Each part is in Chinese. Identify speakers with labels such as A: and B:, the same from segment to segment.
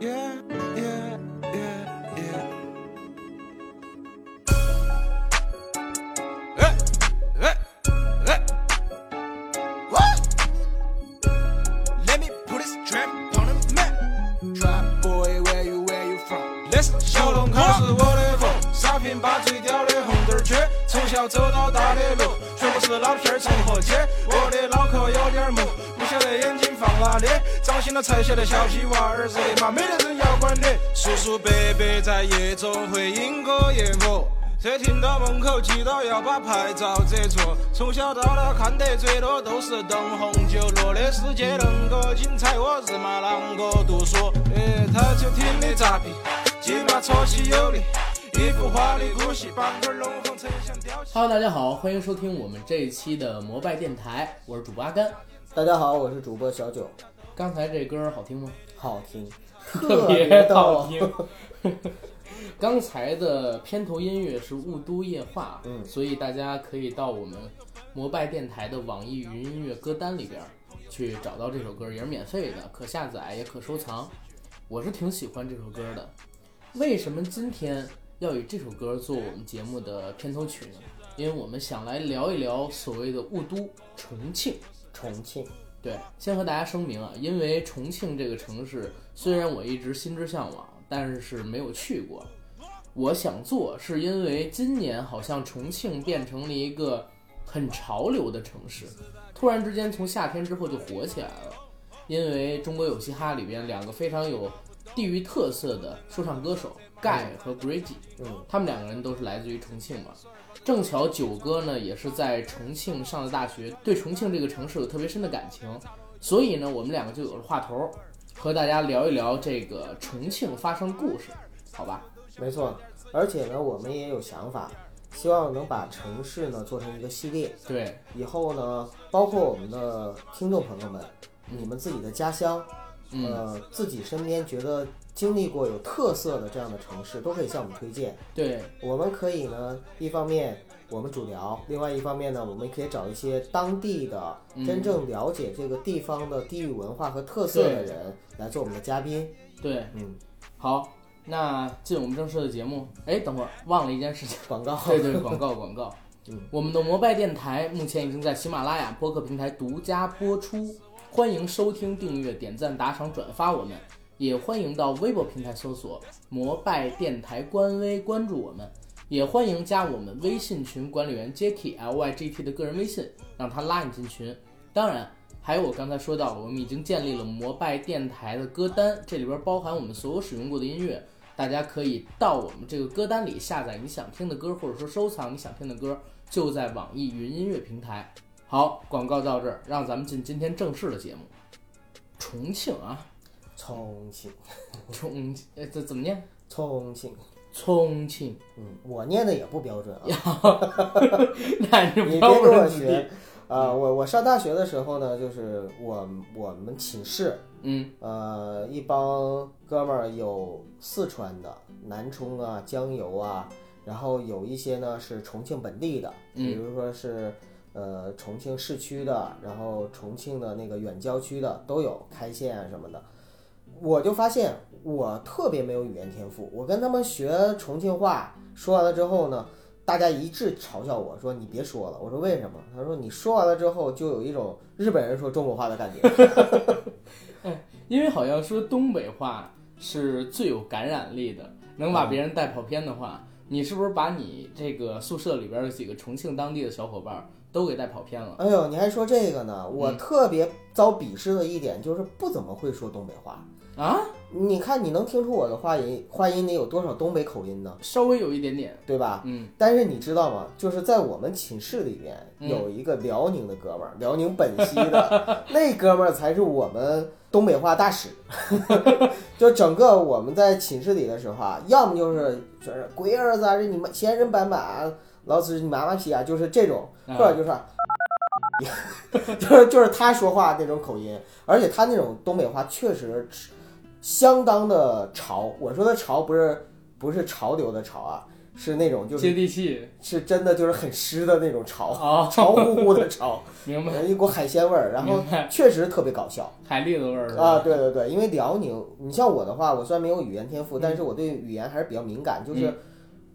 A: yeah, yeah, yeah, yeah. Hey, hey, hey. What? Let me put this trap on the map. Trap boy, where you, where you from? Let's 小龙坎是我的风，沙坪坝最屌的红灯区，从小走到大的路，全部是老片儿重合街。我的脑壳有点木，不晓得眼睛放哪里，长醒了才晓得小屁娃儿热嘛，没得人要管你。叔叔伯伯在夜总会莺歌燕舞。车停到门口，记到要把牌照遮住。从小到大看得最多都是灯红酒绿的世界，恁个精彩，我日妈啷个读书？哎，他就听你咋皮，鸡巴戳起有力，一幅华丽古戏，把根龙凤呈祥雕起。
B: Hello，大家好，欢迎收听我们这一期的摩拜电台，我是主播阿甘。
C: 大家好，我是主播小九，
B: 刚才这歌儿好听吗？
C: 好听，
B: 特
C: 特
B: 别好
C: 逗。
B: 听。 刚才的片头音乐是《雾都夜话》，
C: 嗯
B: 所以大家可以到我们摩拜电台的网易云音乐歌单里边儿去找到这首歌，也是免费的，可下载也可收藏。我是挺喜欢这首歌的。为什么今天要以这首歌做我们节目的片头曲呢？因为我们想来聊一聊所谓的雾都重庆。
C: 重庆，
B: 对，先和大家声明啊，因为重庆这个城市，虽然我一直心之向往，但是没有去过。我想做，是因为今年好像重庆变成了一个很潮流的城市，突然之间从夏天之后就火起来了。因为《中国有嘻哈》里边两个非常有地域特色的说唱歌手盖和 Brady，
C: 嗯，
B: 他们两个人都是来自于重庆嘛。正巧九哥呢也是在重庆上的大学，对重庆这个城市有特别深的感情，所以呢我们两个就有了话头儿，和大家聊一聊这个重庆发生的故事，好吧？
C: 没错。而且呢，我们也有想法，希望能把城市呢做成一个系列。
B: 对，
C: 以后呢，包括我们的听众朋友们，你们自己的家乡，
B: 嗯，
C: 呃，自己身边觉得经历过有特色的这样的城市，都可以向我们推荐。
B: 对，
C: 我们可以呢，一方面我们主聊，另外一方面呢，我们可以找一些当地的、
B: 嗯
C: 真正了解这个地方的地域文化和特色的人来做我们的嘉宾。
B: 对，
C: 嗯，
B: 好，那进我们正式的节目。哎，等会儿忘了一件事情，
C: 广告，
B: 对对，广告广告
C: 嗯。
B: 我们的摩拜电台目前已经在喜马拉雅播客平台独家播出，欢迎收听、订阅、点赞、打赏、转发我们，也欢迎到微博平台搜索“摩拜电台”官微关注我们，也欢迎加我们微信群管理员 Jacky L Y G T 的个人微信，让他拉你进群。当然，还有我刚才说到了，我们已经建立了摩拜电台的歌单，这里边包含我们所有使用过的音乐，大家可以到我们这个歌单里下载你想听的歌，或者说收藏你想听的歌，就在网易云音乐平台。好，广告到这儿，让咱们进今天正式的节目。重庆啊，
C: 重庆，
B: 重呃这怎么念？
C: 重庆，
B: 重庆，
C: 嗯，我念的也不标 准啊，
B: 那你就
C: 你别
B: 不
C: 跟
B: 要问
C: 我
B: 自己
C: 学。。
B: 嗯
C: 呃，我我上大学的时候呢，就是我我们寝室，
B: 嗯
C: 呃，一帮哥们儿有四川的南充啊、江油啊，然后有一些呢是重庆本地的，
B: 嗯
C: 比如说是呃重庆市区的，然后重庆的那个远郊区的都有开线啊什么的。我就发现我特别没有语言天赋，我跟他们学重庆话，说完了之后呢，大家一致嘲笑我说你别说了。我说为什么？他说你说完了之后就有一种日本人说中国话的感觉。
B: 因为好像说东北话是最有感染力的，能把别人带跑偏的话，你是不是把你这个宿舍里边的几个重庆当地的小伙伴儿都给带跑偏了？
C: 哎呦，你还说这个呢？我
B: 嗯
C: 特别遭鄙视的一点就是不怎么会说东北话
B: 啊。
C: 你看，你能听出我的话音话音里有多少东北口音呢？
B: 稍微有一点点，
C: 对吧？
B: 嗯
C: 但是你知道吗？就是在我们寝室里面
B: 嗯
C: 有一个辽宁的哥们儿，辽宁本溪 的那哥们儿才是我们东北话大使。 就整个我们在寝室里的时候啊，要么就是全是龟儿子啊，是你们闲人板板啊，老子是你妈妈批啊，就是这种。
B: 啊
C: 或者就是啊， 就是就是他说话那种口音，而且他那种东北话确实是相当的潮。我说的潮不是不是潮流的潮啊，是那种就是哦
B: 接地气
C: 是真的就是很湿的那种潮，
B: 啊，
C: 潮乎乎的潮，
B: 明白？
C: 一股海鲜味儿，然后
B: 明白
C: 确实特别搞笑。
B: 海蛎子味儿是吧
C: 啊，对对对，因为辽宁，你像我的话，我虽然没有语言天赋，但
B: 嗯
C: 是我对语言还是比较敏感，就是，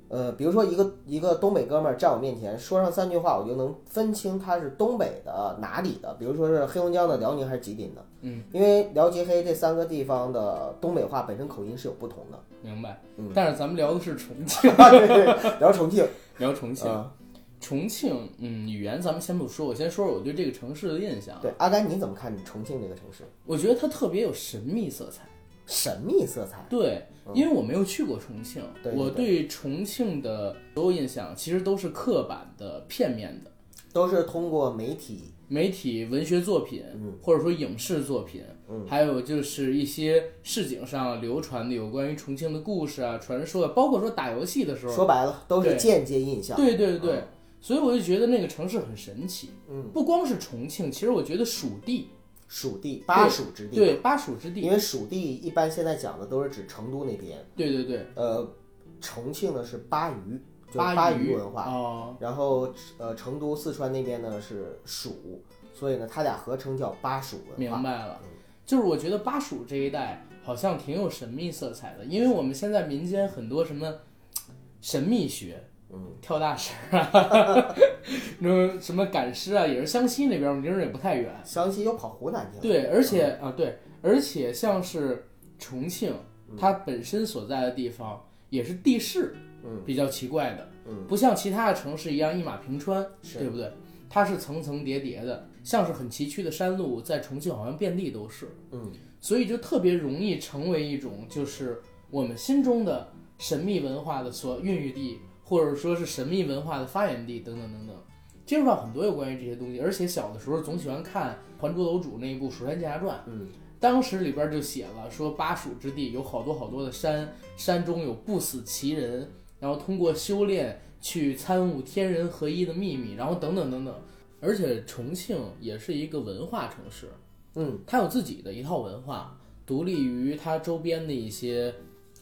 C: 呃，比如说一个一个东北哥们儿站我面前说上三句话，我就能分清他是东北的哪里的，比如说是黑龙江的、辽宁还是吉林的，
B: 嗯，
C: 因为辽吉黑这三个地方的东北话本身口音是有不同的，
B: 明白
C: 嗯。
B: 但是咱们聊的是重庆，
C: 对对，聊重庆，
B: 聊重庆。
C: 啊，
B: 重庆，嗯，语言咱们先不说，我先说说我对这个城市的印象。
C: 对，阿甘你怎么看重庆这个城市？
B: 我觉得它特别有神秘色彩。
C: 神秘色彩，
B: 对，因为我没有去过重庆，
C: 嗯对
B: 我
C: 对
B: 对重庆的所有印象其实都是刻板的、片面的
C: 都是通过媒体，
B: 媒体文学作品，
C: 嗯
B: 或者说影视作品，
C: 嗯
B: 还有就是一些市井上流传的有关于重庆的故事啊、传说啊，包括说打游戏的时候，
C: 说白了都是
B: 对
C: 间接印象，
B: 对对对，
C: 嗯
B: 所以我就觉得那个城市很神奇。
C: 嗯，
B: 不光是重庆，其实我觉得蜀地，
C: 属地巴蜀之地，
B: 对巴蜀之
C: 因
B: 地，
C: 为蜀地一般现在讲的都是指成都那边，
B: 对对对，
C: 呃，重庆呢是巴渝，就是
B: 巴
C: 渝文化，
B: 哦，
C: 然后呃成都四川那边呢是蜀，所以呢它俩合称叫巴蜀文
B: 明
C: 化。嗯
B: 白了，就是我觉得巴蜀这一带好像挺有神秘色彩的，因为我们现在民间很多什么神秘学，
C: 嗯，
B: 跳大神儿啊， 那种什么赶尸啊，也是湘西那边儿，离这儿也不太远。
C: 湘西又跑湖南去了，
B: 对，而且啊，对，而且像是重庆，它本身所在的地方也是地势，
C: 嗯，
B: 比较奇怪的，
C: 嗯，
B: 不像其他的城市一样一马平川，
C: 是
B: 对不对？它是层层叠叠的，像是很崎岖的山路，在重庆好像遍地都是，
C: 嗯，
B: 所以就特别容易成为一种就是我们心中的神秘文化的所孕育地，或者说是神秘文化的发源地等等等等。接触到很多有关于这些东西，而且小的时候总喜欢看《还珠楼主》那一部《蜀山剑侠传》，
C: 嗯，
B: 当时里边就写了说巴蜀之地有好多好多的山，山中有不死奇人，然后通过修炼去参悟天人合一的秘密，然后等等等等。而且重庆也是一个文化城市，
C: 嗯，
B: 它有自己的一套文化，独立于它周边的一些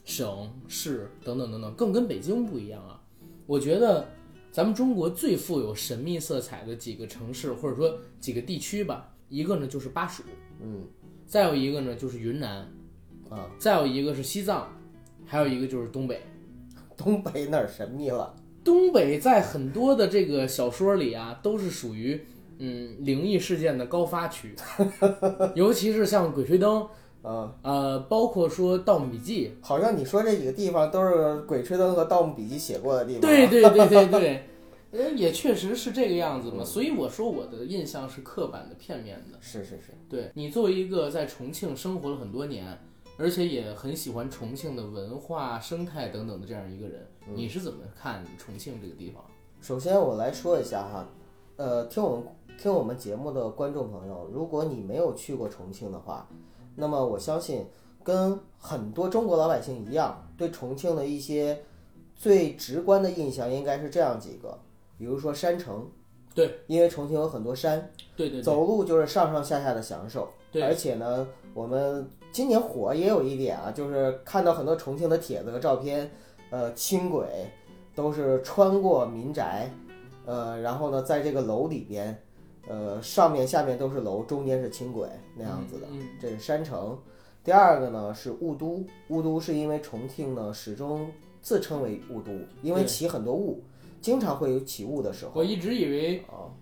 B: 省市等等等等，更跟北京不一样啊。我觉得咱们中国最富有神秘色彩的几个城市或者说几个地区吧，一个呢就是巴蜀，
C: 嗯
B: 再有一个呢就是云南，
C: 啊，
B: 再有一个是西藏，还有一个就是东北。
C: 东北哪儿神秘了？
B: 东北在很多的这个小说里啊，都是属于嗯灵异事件的高发区， 尤其是像《鬼吹灯》，
C: 啊，
B: 呃，包括说《盗墓笔记
C: 好像你说这几个地方都是《鬼吹灯》和《盗墓笔记》写过的地》方。啊
B: 对，对对对 对，嗯呃，也确实是这个样子嘛。所以我说我的印象是刻板的、片面的。
C: 是是是，
B: 对你作为一个在重庆生活了很多年，而且也很喜欢重庆的文化、生态等等的这样一个人，你是怎么看重庆这个地方？
C: 首先我来说一下哈，呃，听我们听我们节目的观众朋友，如果你没有去过重庆的话，那么我相信跟很多中国老百姓一样，对重庆的一些最直观的印象应该是这样几个，比如说山城，
B: 对，
C: 因为重庆有很多山，
B: 对对对，
C: 走路就是上上下下的享受，
B: 对
C: 而且呢，我们今年火也有一点啊，就是看到很多重庆的帖子和照片，呃，轻轨都是穿过民宅，呃，然后呢，在这个楼里边，呃，上面下面都是楼，中间是轻轨那样子的，
B: 嗯嗯
C: 这是山城。第二个呢是雾都，雾都是因为重庆呢始终自称为雾都，因为
B: 对
C: 起很多雾，经常会有起雾的时候。
B: 我一直以为
C: 哦，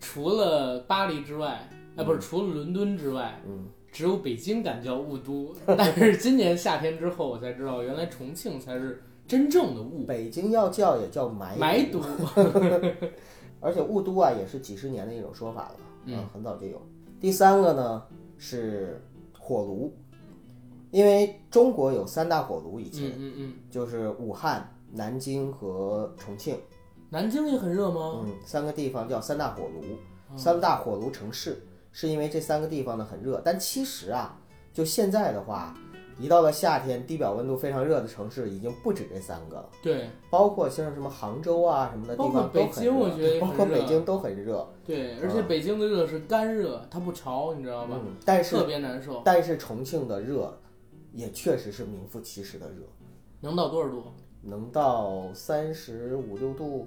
B: 除了巴黎之外，啊，不是除了伦敦之外，
C: 嗯。
B: 只有北京敢叫雾都。 但是今年夏天之后，我才知道原来重庆才是真正的雾
C: 北京要叫也叫埋
B: 埋 都。
C: 而且雾都啊也是几十年的一种说法了，
B: 嗯
C: 啊，很早就有。第三个呢是火炉，因为中国有三大火炉，以前、
B: 嗯嗯嗯，
C: 就是武汉、南京和重庆，
B: 南京也很热吗？
C: 嗯，三个地方叫三大火炉，
B: 啊
C: 三大火炉城市，是因为这三个地方呢很热。但其实啊，就现在的话，一到了夏天，地表温度非常热的城市已经不止这三个了。
B: 对
C: 包括像什么杭州啊什么的地
B: 包
C: 方
B: 括
C: 都
B: 北
C: 很
B: 京
C: 热
B: 我觉得也
C: 包
B: 很
C: 括
B: 热
C: 北京都很热，
B: 对，而且北京的热是干热，它不潮，你知道吧？
C: 嗯，但
B: 特
C: 是
B: 别难受，
C: 但是重庆的热也确实是名副其实的热，
B: 能到多少度？
C: 能到三十五六度，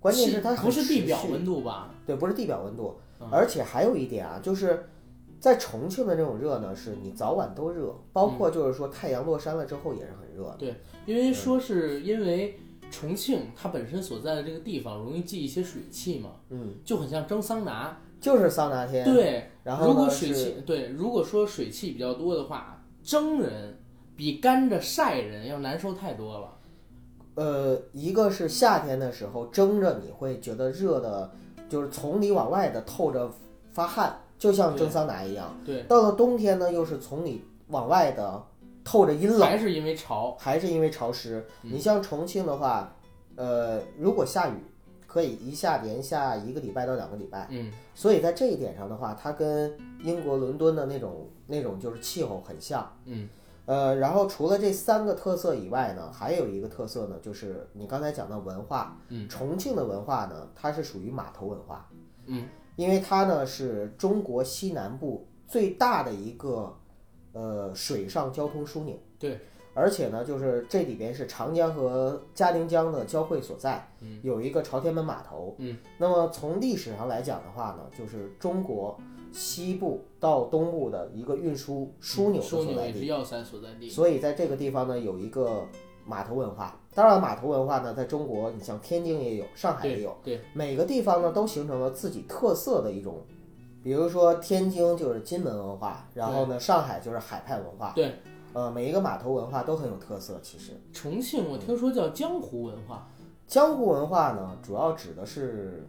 C: 关键
B: 是
C: 它
B: 不
C: 是
B: 地表温度吧？
C: 对，不是地表温度
B: 嗯，
C: 而且还有一点啊，就是在重庆的这种热呢，是你早晚都热，包
B: 嗯
C: 括就是说太阳落山了之后也是很热的。
B: 因为说是因为重庆它本身所在的这个地方容易聚一些水汽嘛，
C: 嗯，
B: 就很像蒸桑拿。
C: 就是桑拿天。，
B: 对，
C: 然后
B: 如果
C: 呢
B: 水
C: 是
B: 汽对，如果说水汽比较多的话，蒸人比干着晒人要难受太多了。
C: 呃，一个是夏天的时候蒸着你会觉得热的，就是从里往外的透着发汗，就像蒸桑拿一样。
B: 对，
C: 到了冬天呢，又是从里往外的透着阴冷。
B: 还是因为潮。
C: 还是因为潮湿。
B: 嗯
C: 你像重庆的话，呃，如果下雨，可以一下连下一个礼拜到两个礼拜。
B: 嗯，
C: 所以在这一点上的话，它跟英国伦敦的那种那种就是气候很像。
B: 嗯，
C: 呃，然后除了这三个特色以外呢，还有一个特色呢，就是你刚才讲到文化。
B: 嗯，
C: 重庆的文化呢，它是属于码头文化。
B: 嗯，
C: 因为它呢是中国西南部最大的一个呃水上交通枢纽。
B: 对，
C: 而且呢，就是这里边是长江和嘉陵江的交汇所在，
B: 嗯
C: 有一个朝天门码头。
B: 嗯，
C: 那么从历史上来讲的话呢，就是中国西部到东部的一个运输枢纽的所
B: 嗯枢纽
C: 在
B: 也是
C: 地，
B: 要塞所在地。
C: 所以在这个地方呢，有一个码头文化。当然，码头文化呢，在中国，你像天津也有，上海也
B: 对
C: 有，
B: 对，
C: 每个地方呢都形成了自己特色的一种。比如说天津就是金门文化，然后呢上海就是海派文化，
B: 对，
C: 呃，每一个码头文化都很有特色。其实，
B: 重庆我听说叫江湖文化，
C: 江湖文化呢，主要指的是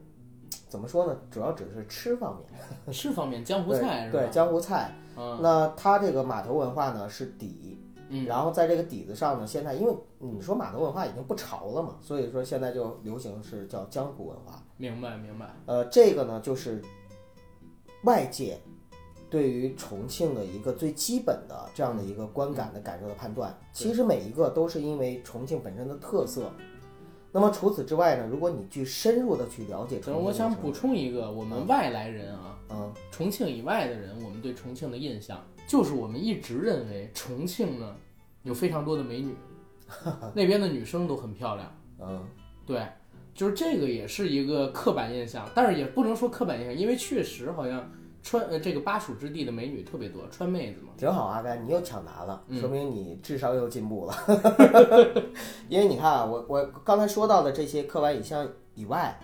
C: 怎么说呢？主要指的是吃方面，
B: 吃方面江
C: 嗯
B: 湖
C: 对
B: 菜是吧？
C: 对，江湖菜。
B: 嗯
C: 那它这个码头文化呢是底，
B: 嗯，
C: 然后在这个底子上呢，现在因为你说码头文化已经不潮了嘛，所以说现在就流行是叫江湖文化。
B: 明白明白。
C: 呃，这个呢就是外界对于重庆的一个最基本的这样的一个观感的感受的判断。
B: 嗯
C: 其实每一个都是因为重庆本身的特色。那么除此之外呢，如果你去深入的去了解重
B: 等
C: 庆，
B: 我想补，充一个，我们外来人啊，
C: 嗯，
B: 重庆以外的人，我们对重庆的印象就是我们一直认为重庆呢有非常多 的美女，那边的女生都很漂亮。
C: 嗯，
B: 对，就是这个也是一个刻板印象，但是也不能说刻板印象，因为确实好像川呃这个巴蜀之地的美女特别多，川妹子嘛。
C: 挺好，阿甘，你又抢答了，
B: 嗯
C: 说明你智商又进步了。 因为你看啊，我我刚才说到的这些刻板印象以外，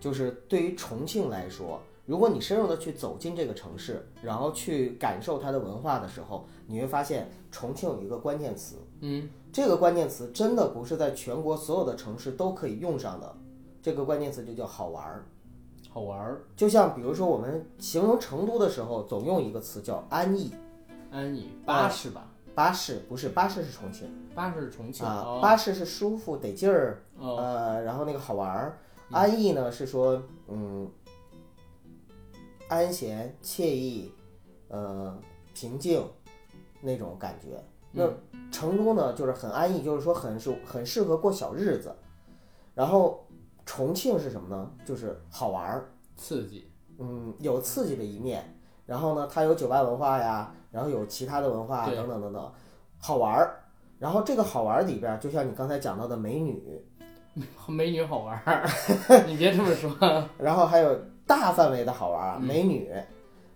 C: 就是对于重庆来说，如果你深入的去走进这个城市，然后去感受它的文化的时候，你会发现重庆有一个关键词，
B: 嗯，
C: 这个关键词真的不是在全国所有的城市都可以用上的，这个关键词就叫好玩儿。
B: 好玩儿，
C: 就像比如说我们形容成都的时候，总用一个词叫安逸。
B: 安逸，巴士吧，
C: 巴士不是巴士是重庆
B: 巴士是重庆
C: 啊，
B: 哦
C: 巴士是舒服得劲儿，
B: 哦，嗯
C: 呃，然后那个好玩儿。安逸呢是说，嗯，安闲惬意，呃，平静那种感觉。那
B: 嗯
C: 成都呢就是很安逸，就是说很适很适合过小日子。然后重庆是什么呢？就是好玩儿，
B: 刺激，
C: 嗯，有刺激的一面，然后呢，它有酒吧文化呀，然后有其他的文化啊
B: 对
C: 等等等等，好玩儿。然后这个好玩儿里边儿，就像你刚才讲到的美女，
B: 美女好玩儿， 你别这么说，
C: 然后还有大范围的好玩儿啊，
B: 嗯
C: 美女，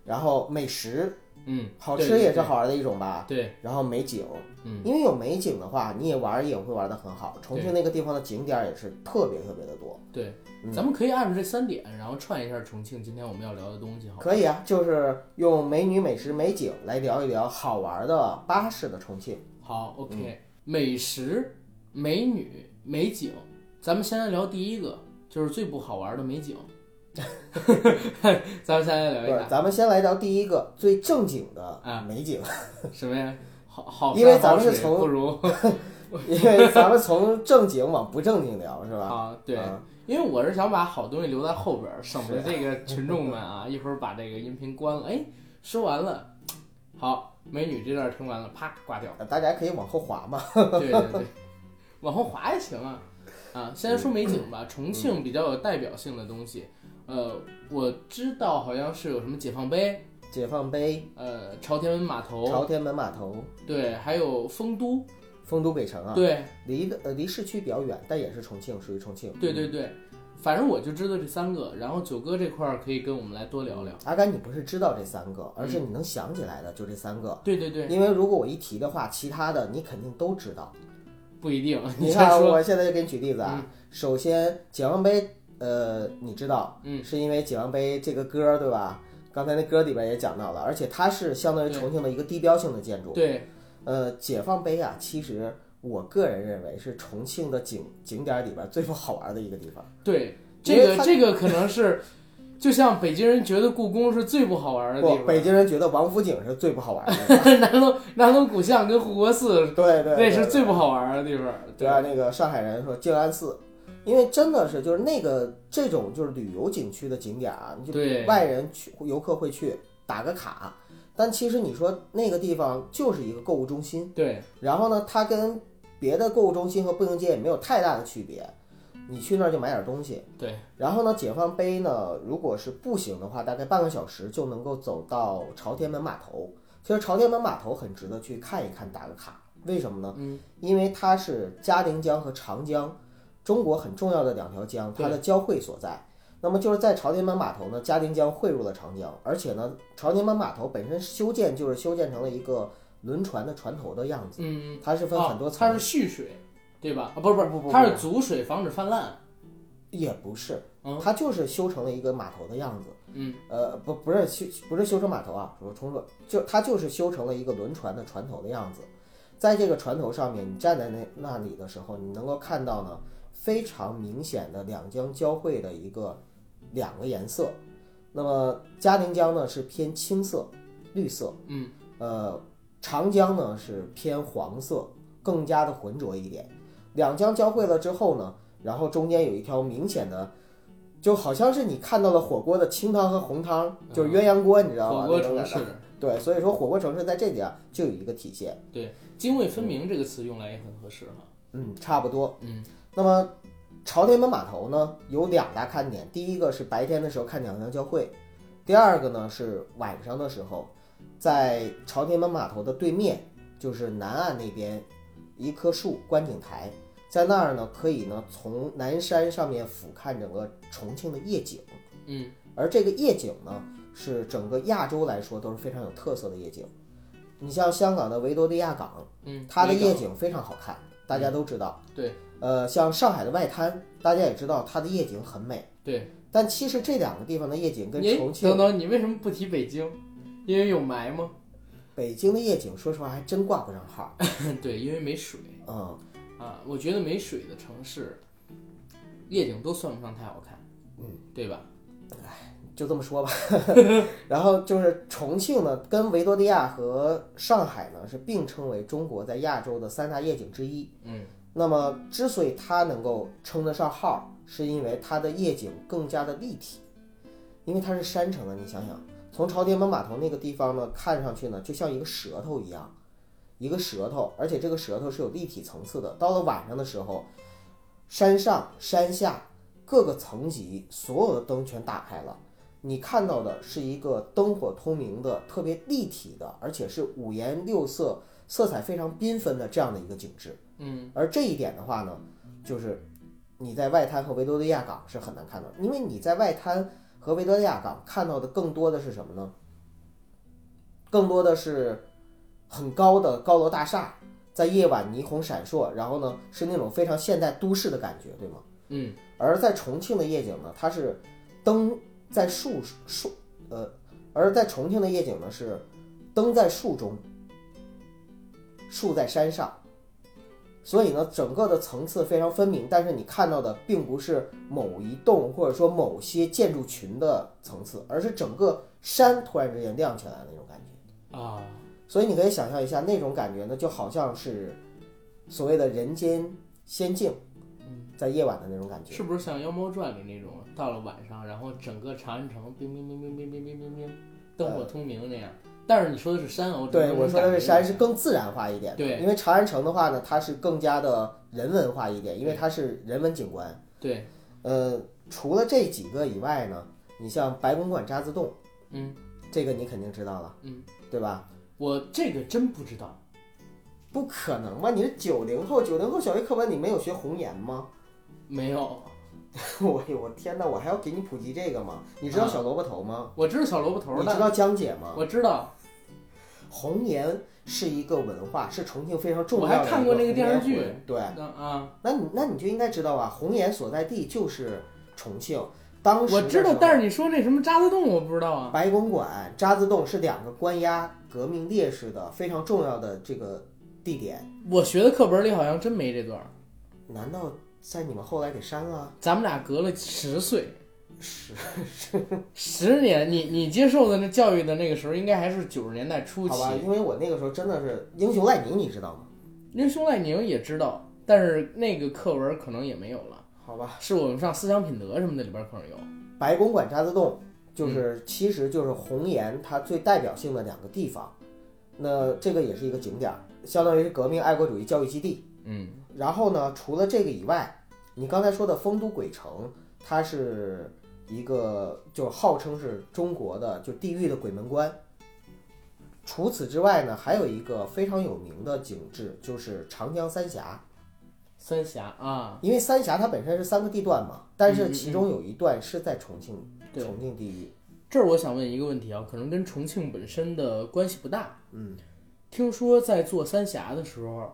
C: 然后美食，
B: 嗯，
C: 好
B: 对
C: 吃也
B: 对
C: 是好玩儿的一种吧。
B: 对，
C: 然后美景，
B: 嗯
C: 因为有美景的话，你也玩儿也会玩的很好。重庆那个地方的景点儿也是特别特别的多，
B: 对，
C: 嗯
B: 咱们可以按照这三点，然后串一下重庆今天我们要聊的东西，好吧，
C: 可以啊，就是用美女、美食、美景来聊一聊好玩儿的巴士的重庆。
B: 好，OK，美
C: 嗯
B: 食、美女、美景，咱们先来聊第一个，就是最不好玩的美景， 咱们先来聊
C: 不
B: 一
C: 是，咱们先来聊第一个最正经的
B: 啊
C: 美景，
B: 下什么呀？好好山，
C: 因为咱们
B: 好水
C: 是从
B: 不如
C: 因为咱们从正经往不正经聊，是吧？
B: 啊，对，
C: 啊
B: 因为我是想把好东西留在后边儿，省得这个群众们啊，一会儿把这个音频关了。哎，说完了，好，美女这段听完了，啪挂掉。
C: 大家可以往后滑嘛。
B: 对对 对，往后滑也行啊。啊，先说美景吧，重庆比较有代表性的东西，呃，我知道好像是有什么解放碑，
C: 解放碑、
B: 呃，朝天门码
C: 朝
B: 头，
C: 天门码头、
B: 对，还有丰都，
C: 丰都鬼城啊，
B: 对
C: 离的呃离市区比较远，但也是重庆，属于重庆。
B: 对对对，反正我就知道这三个。然后九哥这块儿可以跟我们来多聊聊。
C: 阿甘，你不是知道这三个，而是你能想起来的就这三个。
B: 对对对，
C: 因为如果我一提的话，其他的你肯定都知道。
B: 不一定。
C: 你
B: 先
C: 看，
B: 说，嗯
C: 我现在就给你举例子啊。首先，解放碑，呃，你知道，
B: 嗯，
C: 是因为解放碑这个歌，对吧？刚才那歌里边也讲到了，而且它是相当于重庆的一个地标性的建筑。
B: 对，
C: 呃，解放碑啊，其实我个人认为是重庆的景景点里边最不好玩的一个地方。
B: 对，
C: 因
B: 这
C: 为
B: 个
C: 它
B: 这个可能是，就像北京人觉得故宫是最不好玩的地
C: 不，
B: 方，
C: 北京人觉得王府井是最不好玩的。
B: 南锣南锣鼓巷跟护国寺
C: 对对，
B: 那
C: 对
B: 是
C: 对
B: 最不好玩的地方。
C: 对啊，那个上海人说静安寺，因为真的是就是那个这种就是旅游景区的景点啊，你就
B: 对
C: 外人去游客会去打个卡，但其实你说那个地方就是一个购物中心，
B: 对
C: 然后呢，它跟别的购物中心和步行街也没有太大的区别，你去那儿就买点东西。
B: 对
C: 然后呢，解放碑呢，如果是步行的话，大概半个小时就能够走到朝天门码头。其实朝天门码头很值得去看一看，打个卡。为什么呢？
B: 嗯，
C: 因为它是嘉陵江和长江，中国很重要的两条江，它的交汇所在。那么就是在朝天门码头呢，嘉陵江汇入了长江，而且呢，朝天门码头本身修建就是修建成了一个轮船的船头的样子，
B: 嗯，
C: 它是分
B: 哦
C: 很多层
B: 它是蓄水，对吧？啊，不是不是
C: 不不不
B: 它是阻水，防止泛滥。
C: 也不是
B: 嗯，
C: 它就是修成了一个码头的样子。
B: 嗯，
C: 呃，不，不是修，不是修成码头啊，我重说，就它就是修成了一个轮船的船头的样子。在这个船头上面，你站在那那里的时候，你能够看到呢非常明显的两江交汇的一个两个颜色。那么嘉陵江呢是偏青色、绿色，
B: 嗯，
C: 呃，长江呢是偏黄色，更加的浑浊一点。两江交汇了之后呢，然后中间有一条明显的，就好像是你看到了火锅的清汤和红汤，就是鸳鸯锅，你知道吗？
B: 嗯火锅
C: 那种
B: 城
C: 感觉
B: 市，
C: 对，所以说火锅城市在这点儿就有一个体现。
B: 泾渭分明这个词用来也很合适哈。
C: 嗯，差不多。
B: 嗯，
C: 那么朝天门码头呢，有两大看点，第一个是白天的时候看两江交汇，第二个呢是晚上的时候，在朝天门码头的对面，就是南岸那边一棵树观景台，在那儿呢可以呢从南山上面俯瞰整个重庆的夜景，
B: 嗯，
C: 而这个夜景呢是整个亚洲来说都是非常有特色的夜景。你像香港的维多利亚港，
B: 嗯，
C: 它的
B: 那个嗯
C: 夜景非常好看，大家都知道。
B: 对，
C: 呃，像上海的外滩，大家也知道它的夜景很美。
B: 对，
C: 但其实这两个地方的夜景跟
B: 你
C: 重
B: 等
C: 庆、
B: 等，你为什么不提北京？因为有霾吗？
C: 北京的夜景，说实话还真挂不上号。
B: 对，因为没水
C: 嗯，
B: 啊。我觉得没水的城市，夜景都算不上太好看。
C: 嗯，
B: 对吧？
C: 就这么说吧。 然后就是重庆呢，跟维多利亚和上海呢是并称为中国在亚洲的三大夜景之一。
B: 嗯，
C: 那么之所以它能够称得上号，是因为它的夜景更加的立体，因为它是山城啊，你想想，从朝天门码头那个地方呢，看上去呢就像一个舌头一样，一个舌头，而且这个舌头是有立体层次的。到了晚上的时候，山上山下各个层级所有的灯全打开了。你看到的是一个灯火通明的、特别立体的，而且是五颜六色、色彩非常缤纷的这样的一个景致。
B: 嗯，
C: 而这一点的话呢，就是你在外滩和维多利亚港是很难看到的，因为你在外滩和维多利亚港看到的更多的是什么呢？更多的是很高的高楼大厦，在夜晚霓虹闪烁，然后呢是那种非常现代都市的感觉，对吗？
B: 嗯。
C: 而在重庆的夜景呢，它是灯在树树呃，而在重庆的夜景呢是灯在树中，树在山上。所以呢，整个的层次非常分明，但是你看到的并不是某一栋或者说某些建筑群的层次，而是整个山突然之间亮起来的那种感觉。
B: 啊，
C: 所以你可以想象一下那种感觉呢，就好像是所谓的人间仙境，
B: 嗯
C: 在夜晚的那种感觉。
B: 是不是像《妖猫传》里那种，到了晚上，然后整个长安城冰冰冰冰冰冰冰冰冰，灯火通明那样？但是你说的是山哦，
C: 嗯对，
B: 整个
C: 我
B: 人
C: 说的是
B: 感觉
C: 山是更自然化一点的，
B: 对
C: 因为长安城的话呢，它是更加的人文化一点，因为它是人文景观。
B: 对，
C: 呃，除了这几个以外呢，你像白公馆渣滓洞，
B: 嗯，
C: 这个你肯定知道了，
B: 嗯，
C: 对吧？
B: 我这个真不知道，
C: 不可能吧？你是九零后，九零后小学课本你没有学红岩吗？
B: 没有，
C: 我我天哪，我还要给你普及这个吗？你知道
B: 啊
C: 小萝卜头吗？
B: 我知道小萝卜头
C: 你
B: 的，
C: 知道江姐吗？
B: 我知道，
C: 红岩是一个文化，是重庆非常重要
B: 我
C: 的一
B: 还
C: 个。
B: 看过那个电视剧。
C: 对，
B: 那啊，
C: 那你那你就应该知道啊，红岩所在地就是重庆。当时
B: 我知道，但
C: 是
B: 是你说那什么渣滓洞，我不知道啊。
C: 白公馆、渣滓洞是两个关押革命烈士的非常重要的这个地点。
B: 我学的课本里好像真没这段儿，
C: 难道在你们后来给删了？
B: 咱们俩隔了十岁，
C: 是，
B: 十年，你你接受的那教育的那个时候，应该还是九十年代初期
C: 好。吧，因为我那个时候真的是英雄赖宁，你知道吗？
B: 英雄赖宁也知道，但是那个课文可能也没有了，
C: 好吧，
B: 是我们上思想品德什么的里边可能有。
C: 白公馆、渣滓洞
B: 嗯
C: 就是、其实就是红岩它最代表性的两个地方。那这个也是一个景点儿，相当于是革命爱国主义教育基地。
B: 嗯，
C: 然后呢，除了这个以外，你刚才说的丰都鬼城，它是一个就号称是中国的就地狱的鬼门关。除此之外呢，还有一个非常有名的景致就是长江三峡，
B: 三峡啊，
C: 因为三峡它本身是三个地段嘛，但
B: 嗯
C: 是
B: 嗯
C: 其中有一段是在重庆，
B: 对
C: 重庆地域。
B: 这儿我想问一个问题啊，可能跟重庆本身的关系不大。
C: 嗯，
B: 听说在做三峡的时候，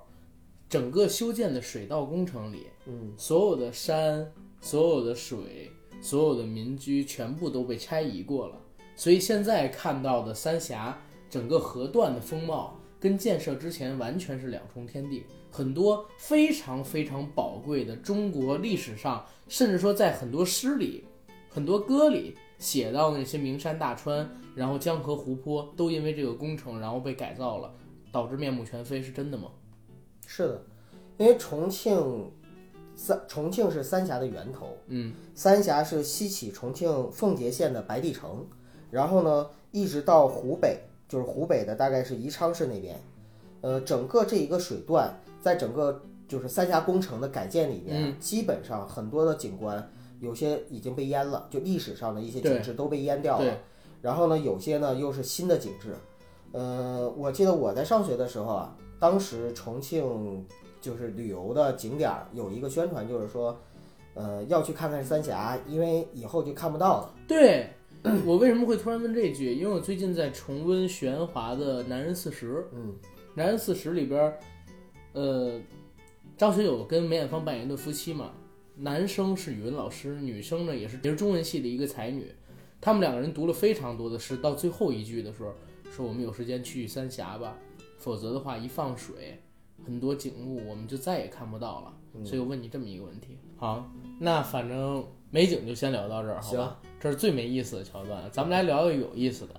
B: 整个修建的水道工程里，
C: 嗯，
B: 所有的山、所有的水、所有的民居全部都被拆移过了，所以现在看到的三峡整个河段的风貌跟建设之前完全是两重天地。很多非常非常宝贵的中国历史上，甚至说在很多诗里、很多歌里写到那些名山大川，然后江河湖泊，都因为这个工程然后被改造了，导致面目全非，是真的吗？
C: 是的，因为重庆三重庆是三峡的源头。
B: 嗯，
C: 三峡是西起重庆奉节县的白帝城，然后呢，一直到湖北，就是湖北的大概是宜昌市那边。呃，整个这一个水段，在整个就是三峡工程的改建里面，
B: 嗯
C: 基本上很多的景观有些已经被淹了，就历史上的一些
B: 对
C: 景致都被淹掉
B: 对
C: 了。然后呢，有些呢又是新的景致。呃，我记得我在上学的时候啊，当时重庆就是旅游的景点儿有一个宣传，就是说，呃，要去看看三峡，因为以后就看不到了。
B: 对，我为什么会突然问这句？因为我最近在重温玄华的《男人四十》，《
C: 嗯
B: 男人四十》里边儿，呃，张学友跟梅艳芳扮演一对夫妻嘛，男生是语文老师，女生呢也是也是中文系的一个才女，他们两个人读了非常多的诗，到最后一句的时候说：“我们有时间去三峡吧，否则的话一放水，很多景物我们就再也看不到了。”所以我问你这么一个问题，好，那反正美景就先聊到这儿，好吧？这是最没意思的桥段，咱们来聊聊有意思的，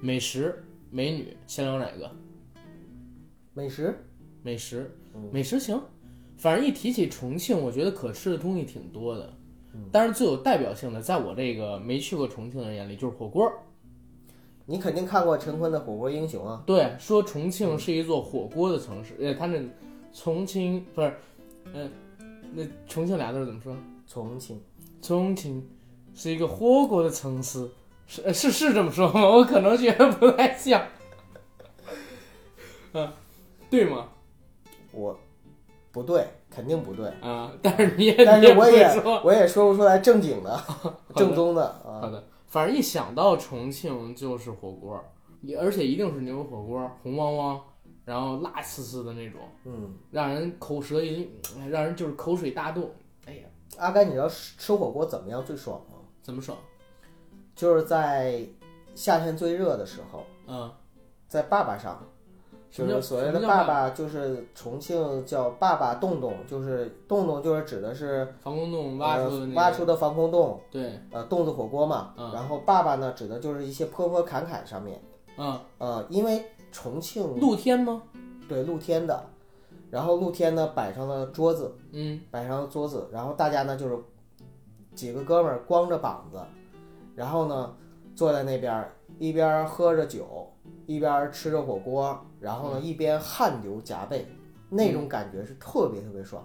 B: 美食、美女，先聊哪个？
C: 美食，
B: 美食
C: 嗯，
B: 美食行。反正一提起重庆，我觉得可吃的东西挺多的，
C: 嗯
B: 但是最有代表性的，在我这个没去过重庆的人眼里，就是火锅。
C: 你肯定看过陈坤的《火锅英雄》啊。
B: 对，说重庆
C: 嗯
B: 是一座火锅的城市，呃，他那重庆不是，嗯、那重庆俩字儿怎么说？
C: 重庆，
B: 重庆是一个火锅的城市，是呃是是这么说吗？我可能觉得不太像，嗯、对吗？
C: 我不对，肯定不对。
B: 啊，但是你也
C: 但
B: 你
C: 是
B: 不
C: 我
B: 会
C: 也
B: 说，
C: 我也说不出来正经的、正宗的
B: 哦好
C: 啊。
B: 的，反正一想到重庆就是火锅，也而且一定是牛油火锅，红汪汪，然后辣丝丝的那种，
C: 嗯，
B: 让人口舌一，哎让人就是口水大动。哎呀，
C: 阿甘，你知道吃吃火锅怎么样最爽吗？
B: 怎么爽？
C: 就是在夏天最热的时候，
B: 嗯，
C: 在坝坝上，
B: 什
C: 就
B: 么叫
C: 是所谓的坝坝，就是重庆叫坝坝洞洞，就是洞洞就是指的是
B: 防空洞挖出的那
C: 呃
B: 个
C: 挖出的防空洞，
B: 对，
C: 呃洞子火锅嘛。
B: 嗯
C: 然后坝坝呢，指的就是一些坡坡坎坎上面，
B: 嗯，
C: 呃，因为重庆
B: 露天吗？
C: 对露天的，然后露天呢摆上了桌子，
B: 嗯，
C: 摆上了桌子，然后大家呢就是几个哥们儿光着膀子，然后呢坐在那边儿一边儿喝着酒，一边儿吃着火
B: 嗯
C: 锅，然后呢一边汗流浃背，那种感觉是特别特别爽。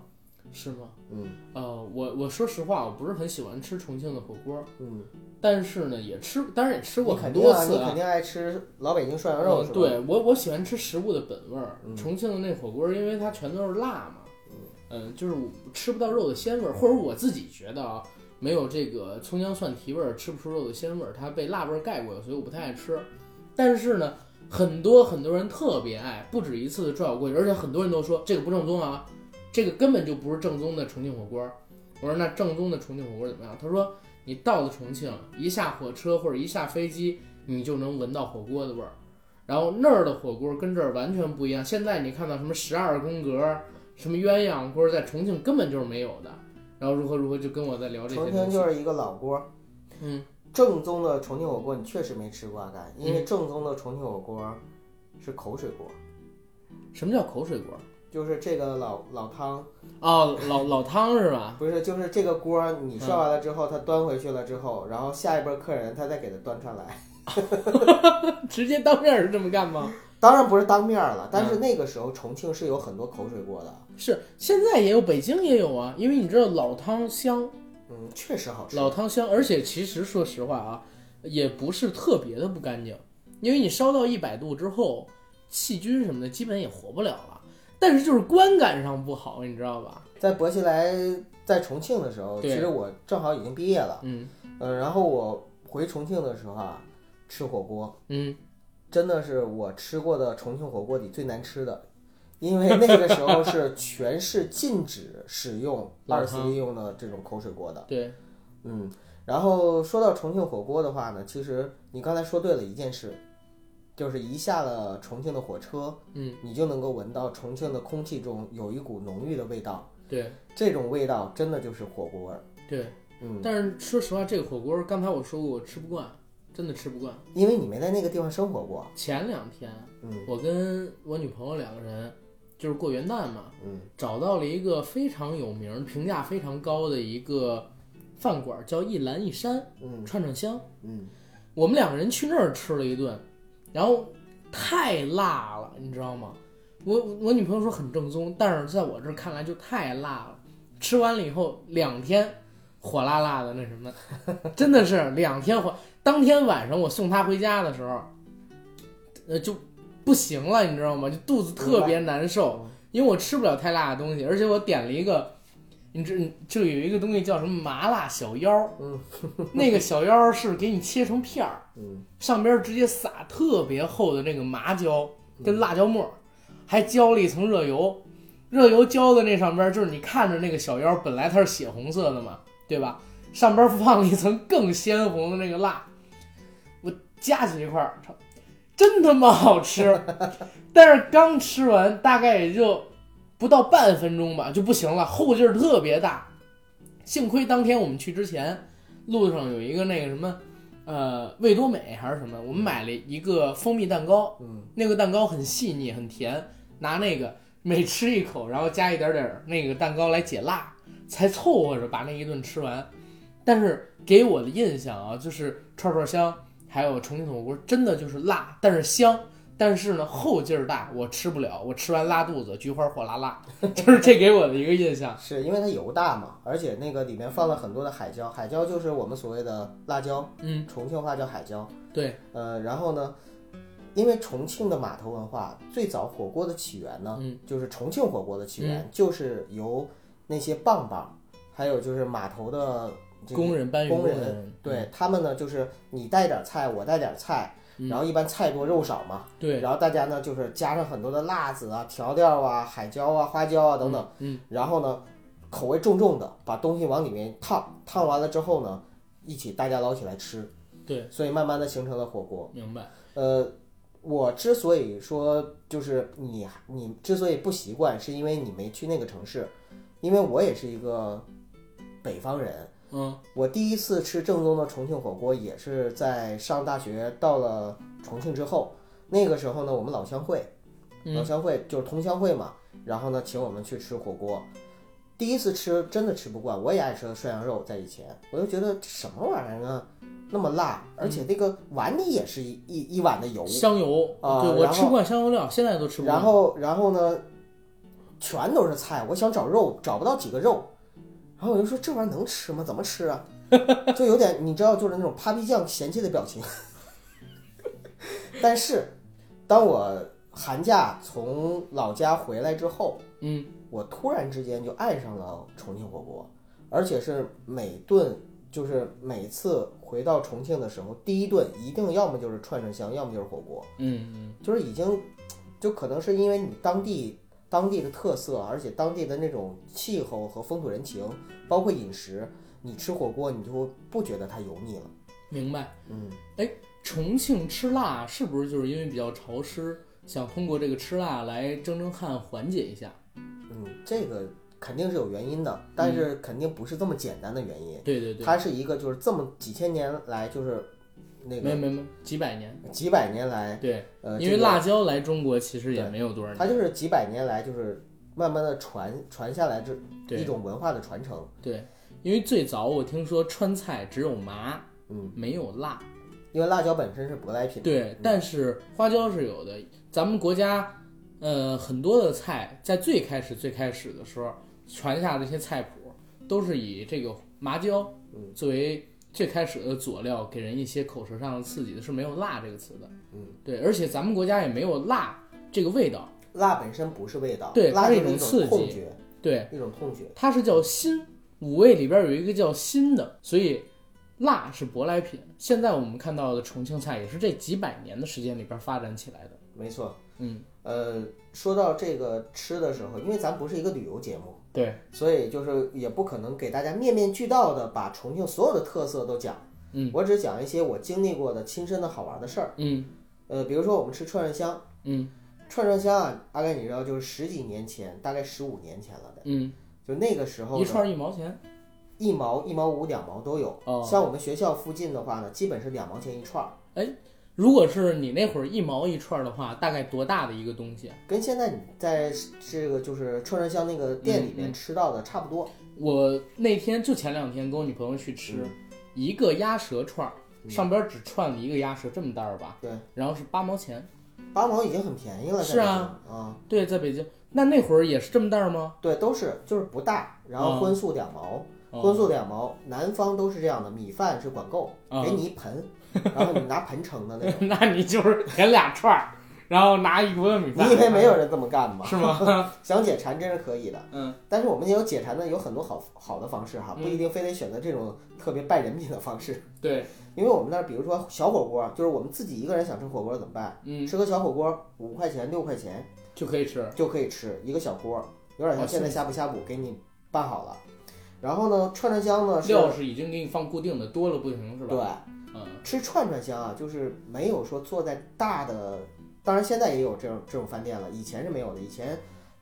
B: 是吗？
C: 嗯
B: 呃，我我说实话，我不是很喜欢吃重庆的火锅，
C: 嗯，
B: 但是呢，也吃，当然也吃过
C: 你
B: 很
C: 肯定
B: 多
C: 啊，
B: 次
C: 你肯定爱吃老北京涮羊肉
B: 嗯
C: 是吧？，
B: 对我我喜欢吃食物的本味儿。
C: 嗯
B: 重庆的那火锅儿，因为它全都是辣嘛，嗯，就是我吃不到肉的鲜味儿，或者我自己觉得啊，没有这个葱姜蒜提味儿，吃不出肉的鲜味儿，它被辣味儿盖过了，所以我不太爱吃。但是呢，很多很多人特别爱，不止一次的拽我过去，而且很多人都说这个不正宗啊，这个根本就不是正宗的重庆火锅儿。我说那正宗的重庆火锅儿怎么样？他说你到了重庆，一下火车或者一下飞机，你就能闻到火锅的味儿。然后那儿的火锅跟这儿完全不一样。现在你看到什么十二宫格、什么鸳鸯锅，在重庆根本就是没有的。然后如何如何就跟我在聊这些
C: 重
B: 东
C: 庆
B: 西
C: 就，是一个老锅，
B: 嗯，
C: 正宗的重庆火锅你确实没吃过啊，感因为正宗的重庆火锅是口水锅，
B: 什么叫口水锅？
C: 就是这个老老汤
B: 哦，老老汤是吧？
C: 不是，就是这个锅你涮完了之后，它端回去了之后，然后下一波客人他再给它端上来。
B: 直接当面是这么干吗？
C: 当然不是当面儿了，
B: 嗯
C: 但是那个时候重庆是有很多口水锅的，
B: 是，现在也有，北京也有啊。因为你知道老汤香，
C: 嗯，确实好吃。
B: 老汤香，而且其实说实话啊，也不是特别的不干净，因为你烧到一百度之后，细菌什么的基本也活不了了。但是就是观感上不好，你知道吧？
C: 在薄熙来在重庆的时候，
B: 对
C: 其实我正好已经毕业了，
B: 嗯
C: 呃，然后我回重庆的时候啊，吃火锅
B: 嗯，
C: 真的是我吃过的重庆火锅里最难吃的，因为那个时候是全市禁止使用二次利用的这种口水锅的。
B: 对，
C: 嗯，然后说到重庆火锅的话呢，其实你刚才说对了一件事，就是一下了重庆的火车，
B: 嗯
C: 你就能够闻到重庆的空气中有一股浓郁的味道，
B: 对
C: 这种味道真的就是火锅味儿。
B: 对。
C: 嗯，
B: 但是说实话，这个火锅刚才我说过，我吃不惯，真的吃不惯。
C: 因为你没在那个地方生活过。
B: 前两天
C: 嗯
B: 我跟我女朋友两个人，就是过元旦嘛，
C: 嗯
B: 找到了一个非常有名、评价非常高的一个饭馆，叫一兰一山
C: 嗯
B: 串串香。
C: 嗯，
B: 我们两个人去那儿吃了一顿，然后太辣了，你知道吗？我我女朋友说很正宗，但是在我这儿看来就太辣了。吃完了以后两天，火辣辣的那什么，真的 是两天火。当天晚上我送她回家的时候，呃就不行了，你知道吗？就肚子特别难受，
C: 嗯
B: 因为我吃不了太辣的东西，而且我点了一个，你知就有一个东西叫什么麻辣小腰，
C: 嗯，
B: 那个小腰是给你切成片儿，
C: 嗯，
B: 上边直接撒特别厚的那个麻椒
C: 嗯
B: 跟辣椒末，还浇了一层热油，热油浇的那上边就是你看着那个小腰，本来它是血红色的嘛，对吧？上边放了一层更鲜红的那个辣，我夹起一块儿，操真他妈好吃！但是刚吃完大概也就不到半分钟吧就不行了，后劲儿特别大。幸亏当天我们去之前，路上有一个那个什么，呃，味多美还是什么，我们买了一个蜂蜜蛋糕，
C: 嗯，
B: 那个蛋糕很细腻很甜，拿那个每吃一口，然后加一点点儿那个蛋糕来解辣，才凑合着把那一顿吃完。但是给我的印象啊，就是串串香还有重庆火锅，真的就是辣，但是香。但是呢，后劲儿大，我吃不了，我吃完拉肚子，菊花火辣辣， 就是这给我的一个印象。
C: 是因为它油大嘛，而且那个里面放了很多的海椒，海椒就是我们所谓的辣椒，
B: 嗯，
C: 重庆话叫海椒。
B: 对，
C: 呃，然后呢，因为重庆的码头文化最早火锅的起源呢，
B: 嗯
C: 就是重庆火锅的起源、就是由那些棒棒，还有就是码头的这个
B: 嗯工人搬运
C: 工
B: 工
C: 人，
B: 人，
C: 对他们呢，就是你带点菜，我带点菜，
B: 嗯
C: 然后一般菜多肉少嘛，
B: 对，
C: 然后大家呢就是加上很多的辣子啊、调料啊、海椒啊、花椒啊等等，
B: 嗯，
C: 然后呢口味重重的把东西往里面烫，烫完了之后呢，一起大家捞起来吃，
B: 对，
C: 所以慢慢的形成了火锅。
B: 明白。
C: 呃，我之所以说就是你你之所以不习惯，是因为你没去那个城市，因为我也是一个北方人。
B: 嗯
C: 我第一次吃正宗的重庆火锅也是在上大学到了重庆之后，那个时候呢，我们老乡会，老
B: 嗯
C: 乡会就是同乡会嘛，然后呢，请我们去吃火锅。第一次吃真的吃不惯，我也爱吃涮羊肉，在以前我就觉得这什么玩意儿啊，那么辣，而且这个碗里也是一一一碗的油，
B: 香油，
C: 啊
B: 对我
C: 然后
B: 吃不惯香油料，现在都吃不惯。
C: 然后，然后呢，全都是菜，我想找肉找不到几个肉，然后我就说这玩意儿能吃吗？怎么吃啊？ 就有点你知道，就是那种 Papi 酱嫌弃的表情。 但是，当我寒假从老家回来之后，
B: 嗯，
C: 我突然之间就爱上了重庆火锅，而且是每顿，就是每次回到重庆的时候，第一顿一定要么就是串串香，要么就是火锅，
B: 嗯
C: 就是已经，就可能是因为你当地当地的特色，而且当地的那种气候和风土人情，包括饮食，你吃火锅你就会不觉得它油腻了，
B: 嗯，明白。
C: 嗯。
B: 重庆吃辣是不是就是因为比较潮湿，想通过这个吃辣来蒸蒸汗，缓解一下？
C: 嗯，这个肯定是有原因的，但是肯定不是这么简单的原因。
B: 对嗯对对，
C: 它是一个就是这么几千年来就是那
B: 没有
C: 个
B: 没有没有，几百年。
C: 几百年来，
B: 对，
C: 呃，
B: 因
C: 这
B: 为
C: 个
B: 辣椒来中国其实也
C: 对
B: 没有多少
C: 它
B: 年。
C: 就是几百年来就是慢慢的传传下来这一
B: 对
C: 种文化的传承。
B: 对，因为最早我听说川菜只有麻
C: 嗯，
B: 没有辣，
C: 因为辣椒本身是舶来品。
B: 对，但是花椒是有的。咱们国家，呃，很多的菜在最开始最开始的时候传下这些菜谱，都是以这个麻椒
C: 嗯
B: 作为最开始的佐料，给人一些口舌上的刺激的，是没有“辣”这个词的。
C: 嗯，
B: 对，而且咱们国家也没有辣这个味道，
C: 辣本身不是味道，
B: 对
C: 辣
B: 它是
C: 就
B: 一
C: 是
B: 种
C: 一
B: 刺激
C: 痛觉，
B: 对，
C: 一种痛觉。
B: 它是叫辛，五味里边有一个叫辛的，所以。辣是舶来品，现在我们看到的重庆菜也是这几百年的时间里边发展起来的。
C: 没错。
B: 嗯，
C: 呃，说到这个吃的时候，因为咱不是一个旅游节目，
B: 对，
C: 所以就是也不可能给大家面面俱到的把重庆所有的特色都讲。
B: 嗯
C: 我只讲一些我经历过的亲身的好玩的事儿。
B: 嗯
C: 呃，比如说我们吃串串香，
B: 嗯
C: 串串香啊，阿甘你知道，就是十几年前，大概十五年前了得，
B: 嗯，
C: 就那个时候
B: 一
C: 呢
B: 串一毛钱。
C: 一毛、一毛五、两毛都有。
B: 哦
C: 像我们学校附近的话呢，基本是两毛钱一串儿，
B: 如果是你那会儿一毛一串儿的话，大概多大的一个东西啊？
C: 跟现在你在这个就是串串香那个店里
B: 嗯
C: 面
B: 嗯
C: 吃到的差不多。
B: 我那天就前两天跟我女朋友去吃，一个鸭舌串儿，
C: 嗯
B: 上边只串了一个鸭舌，这么大儿吧？
C: 对，
B: 然后是八毛钱。
C: 八毛已经很便宜了，
B: 是啊
C: 在北京，啊、
B: 对，在北京，那那会儿也是这么大儿吗？
C: 对，都是就是不大，然后
B: 嗯
C: 荤素两毛。荤
B: 哦，
C: 素两毛，南方都是这样的，米饭是管够，
B: 啊
C: 给你一 盆，然后你拿盆盛的那种。
B: 那你就是点俩串儿，然后拿一锅米饭。
C: 你以为没有人这么干吗？
B: 是吗？
C: 想解馋真是可以的，
B: 嗯，
C: 但是我们也有解馋的，有很多好好的方式哈，
B: 嗯
C: 不一定非得选择这种特别败人品的方式。
B: 对，
C: 因为我们那儿，比如说小火锅，就是我们自己一个人想吃火锅怎么办？
B: 嗯，
C: 吃个小火锅，五块钱六块钱
B: 就可以吃。
C: 就可以吃一个小锅，有点
B: 哦
C: 像现在
B: 是
C: 呷哺呷哺给你拌好了。然后呢，串串香呢是，
B: 料是已经给你放固定的，多了不行是吧？
C: 对，
B: 嗯，
C: 吃串串香啊，就是没有说坐在大的，当然现在也有这种这种饭店了，以前是没有的。以前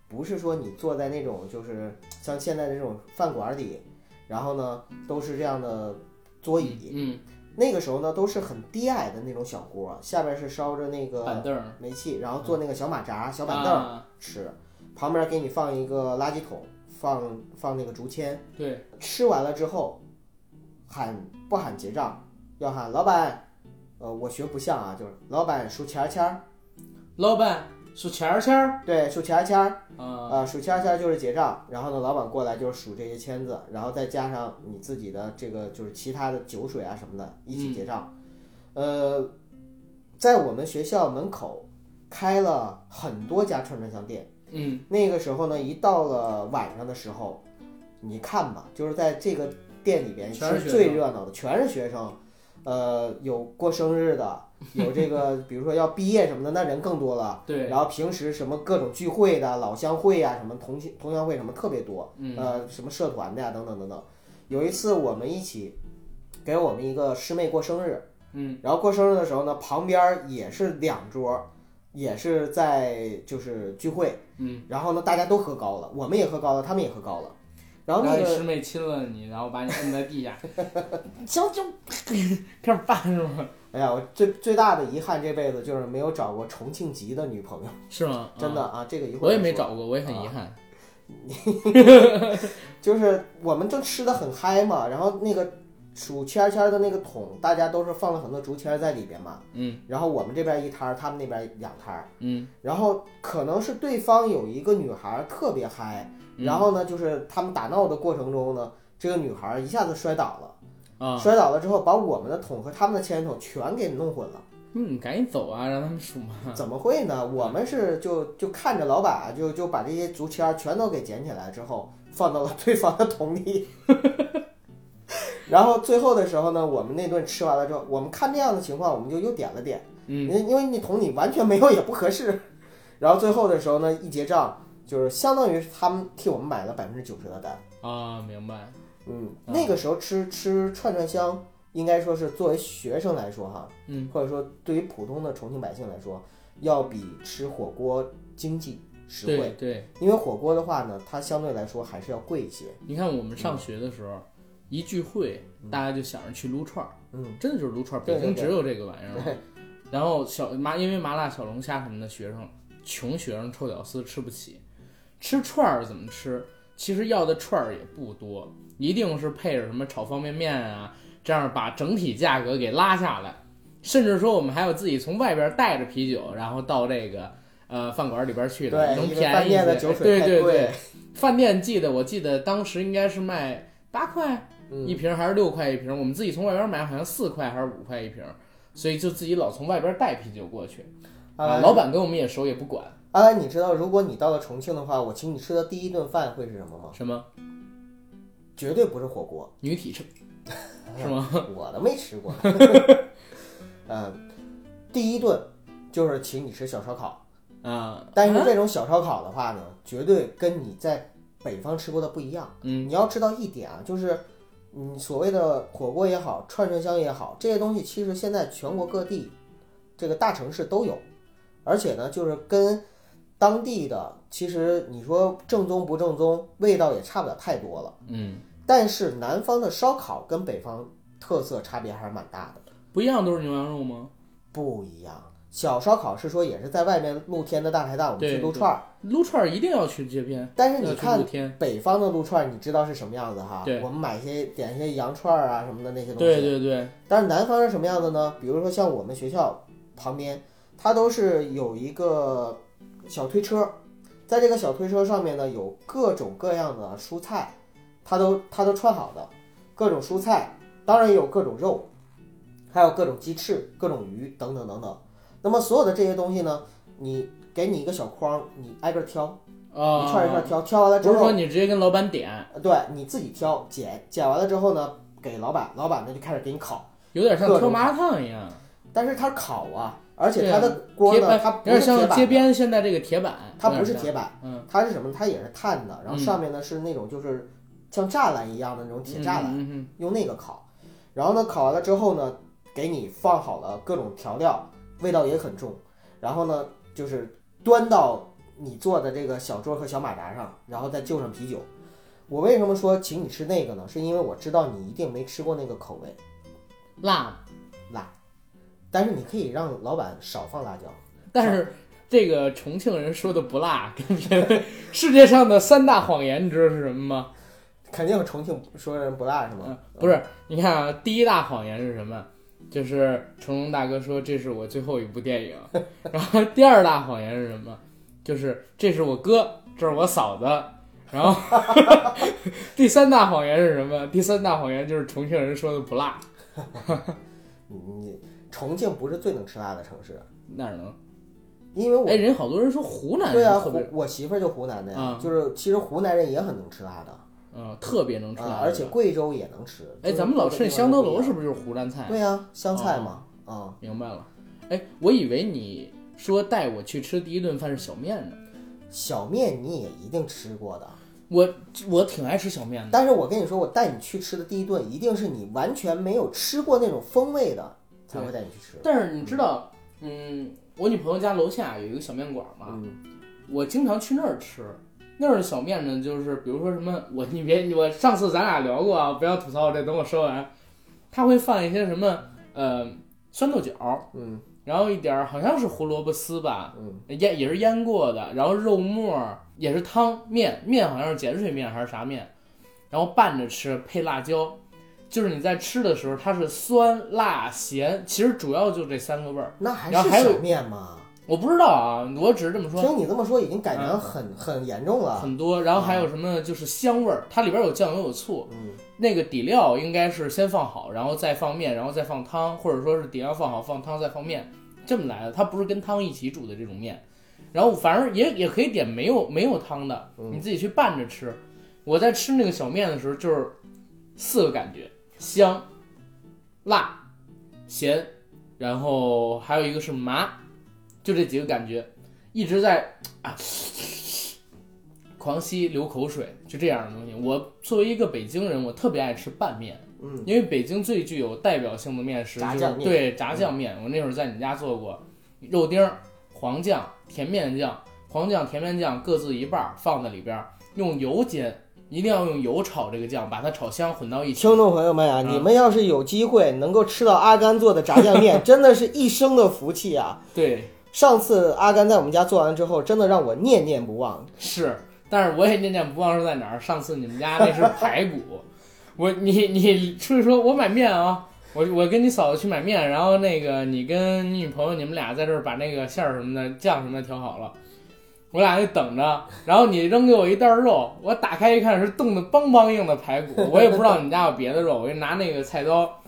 C: 不是说你坐在那种就是像现在的这种饭馆里，然后呢都是这样的桌椅，
B: 嗯，
C: 那个时候呢都是很低矮的那种小锅，下边是烧着那
B: 嗯板
C: 个
B: 凳儿、嗯
C: 煤气，然后做那个小马扎、小板凳儿
B: 啊，
C: 吃，旁边给你放一个垃圾桶，放放那个竹签，
B: 对，
C: 吃完了之后，喊不喊结账，要喊老板，呃，我学不像啊，就是老板数钱儿钱儿，
B: 老板数钱儿钱儿
C: 对，数钱儿钱儿，
B: 啊，
C: 呃，数钱儿钱儿就是结账，然后呢，老板过来就是数这些签子，然后再加上你自己的这个就是其他的酒水啊什么的，一起结账。呃，在我们学校门口开了很多家串串香店。
B: 嗯
C: 那个时候呢，一到了晚上的时候，你看吧，就是在这个店里边
B: 全是学
C: 是
B: 生
C: 最热闹的，全是学生，呃，有过生日的，有这个比如说要毕业什么的，那人更多了。
B: 对，
C: 然后平时什么各种聚会的、老乡会呀、什么同乡同乡会什么特别多，
B: 嗯
C: 呃，什么社团的呀、等等等等。有一次我们一起给我们一个师妹过生日，
B: 嗯
C: 然后过生日的时候呢，旁边儿也是两桌儿，也是在就是聚会，
B: 嗯，
C: 然后呢，大家都喝高了，我们也喝高了，他们也喝高了，然
B: 然
C: 后那
B: 你师
C: 个
B: 妹亲了你，然后把你摁在地下，行就开始办是吗？
C: 哎呀，我最最大的遗憾这辈子就是没有找过重庆籍的女朋友，
B: 是吗？
C: 真的
B: 啊，
C: 啊，这个一会儿
B: 我也
C: 再
B: 没
C: 说，
B: 找过，我也很遗憾。
C: 就是我们正吃的很嗨嘛，然后那个数签儿签儿的那个桶，大家都是放了很多竹签儿在里边嘛，
B: 嗯，
C: 然后我们这边一摊儿，他们那边两摊儿，
B: 嗯，
C: 然后可能是对方有一个女孩儿特别嗨，
B: 嗯
C: 然后呢，就是他们打闹的过程中呢，这个女孩儿一下子摔倒了，
B: 啊，
C: 摔倒了之后把我们的桶和他们的铅桶全给弄混了，
B: 嗯，赶紧走啊，让他们数嘛。
C: 怎么会呢？我们是就就看着老板就就把这些竹签儿全都给捡起来之后，放到了对方的桶里。 然后最后的时候呢，我们那顿吃完了之后，我们看这样的情况，我们就又点了点，因
B: 嗯
C: 为因为你桶里完全没有也不合适。然后最后的时候呢，一结账就是相当于他们替我们买了百分之九十的单。
B: 啊，明白。
C: 嗯，
B: 嗯
C: 那个时候吃吃串串香，应该说是作为学生来说哈，
B: 嗯
C: 或者说对于普通的重庆百姓来说，要比吃火锅经济实
B: 对
C: 惠，
B: 对，
C: 因为火锅的话呢，它相对来说还是要贵一些。
B: 你看我们上学的时候，一聚会大家就想着去撸串儿，
C: 嗯，
B: 真的就是撸串儿，
C: 对
B: 北
C: 对
B: 京
C: 对
B: 只有这个玩意儿
C: 对。
B: 然后小麻因为麻辣小龙虾什么的，学生穷学生臭屌丝吃不起，吃串儿怎么吃？其实要的串儿也不多，一定是配着什么炒方便面啊，这样把整体价格给拉下来。甚至说我们还有自己从外边带着啤酒，然后到这个呃饭馆里边去的，
C: 对，
B: 能
C: 因为
B: 便
C: 饭
B: 宜一些。
C: 店的酒水
B: 对
C: 太
B: 对
C: 贵
B: 对，，饭店记得我记得当时应该是卖八块一
C: 嗯，
B: 瓶还是六块一瓶，我们自己从外边买好像四块还是五块一瓶，所以就自己老从外边带啤酒过去
C: 阿
B: 啊。
C: 兰
B: 老板跟我们也熟，也不管
C: 阿啊兰，你知道如果你到了重庆的话，我请你吃的第一顿饭会是什么吗？
B: 什么
C: 绝对不是火锅，哎
B: 女体盛，是吗？
C: 我都没吃 过。嗯，第一顿就是请你吃小烧烤，
B: 啊，
C: 但是
B: 啊
C: 这种小烧烤的话呢，绝对跟你在北方吃过的不一样。
B: 嗯
C: 你要知道一点啊，就是你所谓的火锅也好，串串香也好，这些东西其实现在全国各地这个大城市都有，而且呢，就是跟当地的其实你说正宗不正宗，味道也差不了太多了。
B: 嗯，
C: 但是南方的烧烤跟北方特色差别还是蛮大的，
B: 不一样都是牛羊肉吗？
C: 不一样。小烧烤是说也是在外面露天的大排档，我们去
B: 对
C: 撸串儿，
B: 撸串儿一定要去街边，
C: 但是
B: 要
C: 你
B: 去
C: 看
B: 露天。
C: 北方的撸串，你知道是什么样子哈？
B: 对
C: 我们买一些点一些羊串儿啊什么的那些东西。
B: 对对对，
C: 但是南方是什么样的呢？比如说像我们学校旁边，它都是有一个小推车，在这个小推车上面呢有各种各样的蔬菜，它都它都串好的，各种蔬菜，当然也有各种肉，还有各种鸡翅、各种鱼等等等等。那么所有的这些东西呢，你给你一个小筐，你挨个儿挑，
B: 啊，
C: 一串一串挑，挑完了之
B: 不
C: 后，
B: 是说你直接跟老板点，
C: 对，你自己挑剪，剪完了之后呢，给老板，老板呢就开始给你烤，
B: 有点像
C: 各种
B: 挑麻辣烫一样，
C: 但是它烤啊，而且
B: 对
C: 它
B: 啊
C: 的锅
B: 铁
C: 呢，
B: 板
C: 它
B: 有
C: 不是
B: 点
C: 铁
B: 像
C: 板
B: 街
C: 的，
B: 边现在这个铁板，
C: 它
B: 有
C: 不
B: 点
C: 是
B: 像
C: 铁板，
B: 嗯，
C: 它是什么？它也是碳的，然后
B: 嗯
C: 上面呢是那种就是像栅栏一样的那种铁栅栏，
B: 嗯，嗯
C: 用那个烤。然后呢，烤完了之后呢，给你放好了各种调料，味道也很重。然后呢，就是端到你坐的这个小桌和小马扎上，然后再就上啤酒。我为什么说请你吃那个呢？是因为我知道你一定没吃过那个口味，
B: 嗯辣，
C: 但是你可以让老板少放辣椒。
B: 但是。这个重庆人说的不辣，跟别人世界上的三大谎言，你知道是什么吗？
C: 肯定有重庆说人不辣是吗
B: 嗯？，不是，你看啊，第一大谎言是什么？就是成龙大哥说这是我最后一部电影。然后第二大谎言是什么？就是这是我哥，这是我嫂子。然后 第三大谎言是什么？第三大谎言就是重庆人说的不辣，
C: 你，嗯你重庆不是最能吃辣的城市，
B: 哪儿能？
C: 因为我
B: 哎，人好多人说湖南
C: 对
B: 人
C: 啊，
B: 特
C: 湖
B: 别，
C: 我媳妇儿就湖南的呀
B: 啊，
C: 就是其实湖南人也很能吃辣的。
B: 嗯，特别能吃
C: 啊
B: 辣，，
C: 而且贵州也能吃。就
B: 哎，
C: 是
B: 咱们
C: 各
B: 老
C: 个
B: 吃
C: 地
B: 那
C: 方
B: 香
C: 都
B: 豆
C: 不一
B: 楼
C: 样
B: 是不是就是哦湖南菜？啊
C: 对啊呀、湘菜嘛，啊、
B: 明白了。哎，我以为你说带我去吃第一顿饭是小面呢，
C: 小面你也一定吃过的。
B: 我我挺爱吃小面的。
C: 但是我跟你说，我带你去吃的第一顿，一定是你完全没有吃过那种风味的，才会带你去吃。
B: 但是你知道，嗯，我女朋友家楼下有一个小面馆嘛，
C: 嗯，
B: 我经常去那儿吃。那儿的小面呢，就是比如说什么， 我你别我上次咱俩聊过啊，不要吐槽我这，等我说完。他会放一些什么呃酸豆角，
C: 嗯，
B: 然后一点儿好像是胡萝卜丝吧，
C: 嗯，
B: 腌也是腌过的，然后肉末儿也是汤面，面好像是碱水面还是啥面，然后拌着吃配辣椒，就是你在吃的时候，它是酸、辣、咸，其实主要就这三个味儿。
C: 那还
B: 然后还
C: 是
B: 有
C: 小面吗？
B: 我不知道啊，我只是这么说。
C: 听你这么说，已经改良很很严重了。
B: 很多，然后还有什么就是香味儿，它里边有酱油有醋，
C: 嗯，
B: 那个底料应该是先放好，然后再放面，然后再放汤，或者说是底料放好放汤再放面，这么来的。它不是跟汤一起煮的这种面，然后反正也也可以点没有没有汤的，
C: 嗯
B: 你自己去拌着吃。我在吃那个小面的时候，就是四个感觉：香、辣、咸，然后还有一个是麻，就这几个感觉，一直在啊。狂吸流口水，就这样的东西。我作为一个北京人，我特别爱吃拌面，
C: 嗯，
B: 因为北京最具有代表性的面食
C: 炸
B: 就是
C: 酱面
B: 对炸酱面。我那会儿在你家做过，肉丁儿、黄酱、甜面酱，黄酱、甜面酱各自一半儿放在里边儿，用油煎，一定要用油炒这个酱，把它炒香，混到一起。
C: 听众朋友们啊，
B: 嗯
C: 你们要是有机会能够吃到阿甘做的炸酱 面，真的是一生的福气啊！
B: 对，
C: 上次阿甘在我们家做完之后，真的让我念念不忘。
B: 是，但是我也念念不忘是在哪儿？上次你们家那是排骨， 我你你出去说我买面啊，我我跟你嫂子去买面，然后那个你跟你女朋友你们俩在这儿把那个馅儿什么的酱什么的调好了。我俩就等着，然后你扔给我一袋肉，我打开一看是冻得梆梆硬的排骨，我也不知道你家有别的肉，我就拿那个菜刀，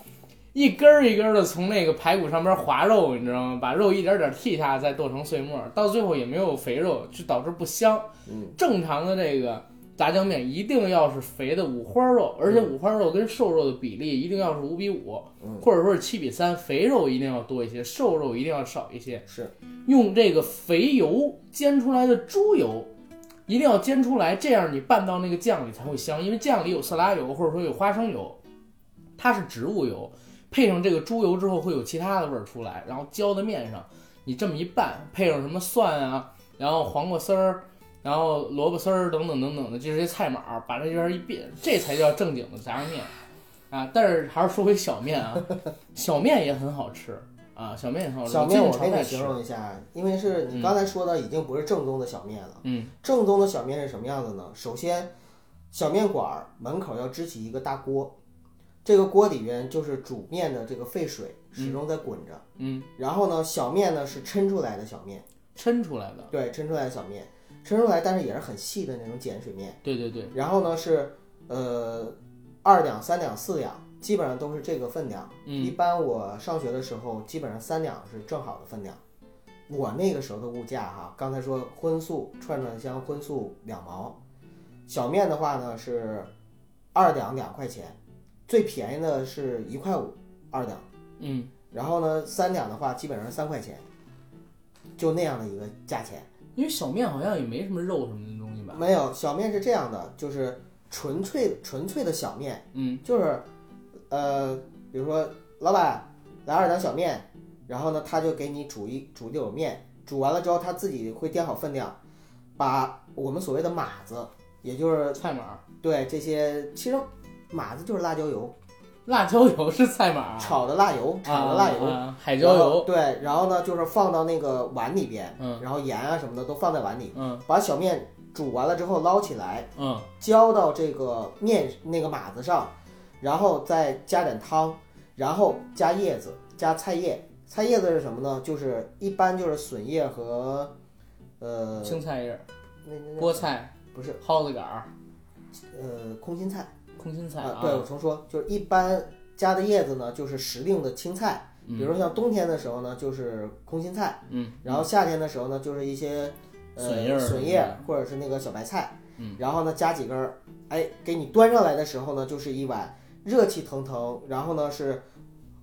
B: 一根儿一根儿的从那个排骨上边划肉，你知道吗？把肉一点点剔下来，再剁成碎末，到最后也没有肥肉，就导致不香。
C: 嗯，
B: 正常的这个炸酱面一定要是肥的五花肉，而且五花肉跟瘦肉的比例一定要是五比五、
C: 嗯
B: 或者说是七比三，肥肉一定要多一些，瘦肉一定要少一些。
C: 是，
B: 用这个肥油煎出来的猪油，一定要煎出来，这样你拌到那个酱里才会香，因为酱里有色拉油或者说有花生油，它是植物油，配上这个猪油之后会有其他的味儿出来，然后浇在面上，你这么一拌，配上什么蒜啊，然后黄瓜丝儿。然后萝卜丝儿等等等等的这些菜码儿，把这边一变，这才叫正经的炸酱面啊！但是还是说回小面啊，小面也很好吃啊，小面也很好吃。
C: 小面
B: 我
C: 我
B: 最
C: 给
B: 近炒
C: 你
B: 菜吃
C: 形容一下，因为是你刚才说的已经不是正宗的小面了。
B: 嗯
C: 正宗的小面是什么样子呢？首先，小面馆儿门口要支起一个大锅，这个锅里面就是煮面的这个沸水始终在滚着。
B: 嗯，
C: 然后呢，小面呢是抻出来的小面，
B: 抻出来的。
C: 对，抻出来的小面，抻出来但是也是很细的那种碱水面。
B: 对对对，
C: 然后呢是呃二两、三两、四两，基本上都是这个分量。一
B: 嗯，
C: 般我上学的时候，基本上三两是正好的分量。我那个时候的物价哈，刚才说荤素串串香荤素两毛，小面的话呢是二两两块钱，最便宜的是一块五二两，
B: 嗯，
C: 然后呢三两的话基本上是三块钱，就那样的一个价钱。
B: 因为小面好像也没什么肉什么的东西吧。
C: 没有小面是这样的，就是纯粹纯粹的小面，
B: 嗯
C: 就是，呃，比如说老板来二两小面，然后呢，他就给你煮一煮一绺面，煮完了之后他自己会掂好分量，把我们所谓的码子，也就是
B: 菜码儿，
C: 对这些，其实码子就是辣椒油，
B: 辣椒油是菜码儿啊，
C: 炒的辣油，炒的辣油，
B: 啊啊海椒
C: 然后
B: 油。
C: 对，然后呢就是放到那个碗里边，
B: 嗯
C: 然后盐啊什么的都放在碗里，
B: 嗯
C: 把小面煮完了之后捞起来，
B: 嗯，
C: 浇到这个面那个码子上，然后再加点汤，然后加叶子，加菜叶。菜叶子是什么呢？就是一般就是笋叶和呃
B: 青菜叶儿、
C: 那那
B: 菠
C: 那
B: 菜、
C: 不是
B: 蒿子杆儿、
C: 呃空心菜
B: 空心菜
C: 啊、
B: 啊。
C: 对，我重说，就是一般加的叶子呢，就是时令的青菜，比如说像冬天的时候呢，就是空心菜，
B: 嗯，
C: 然后夏天的时候呢，就是一些呃
B: 笋叶儿
C: 笋
B: 什
C: 叶
B: 么
C: 或者是那个小白菜，
B: 嗯，
C: 然后呢加几根儿，哎，给你端上来的时候呢，就是一碗热气腾腾，然后呢是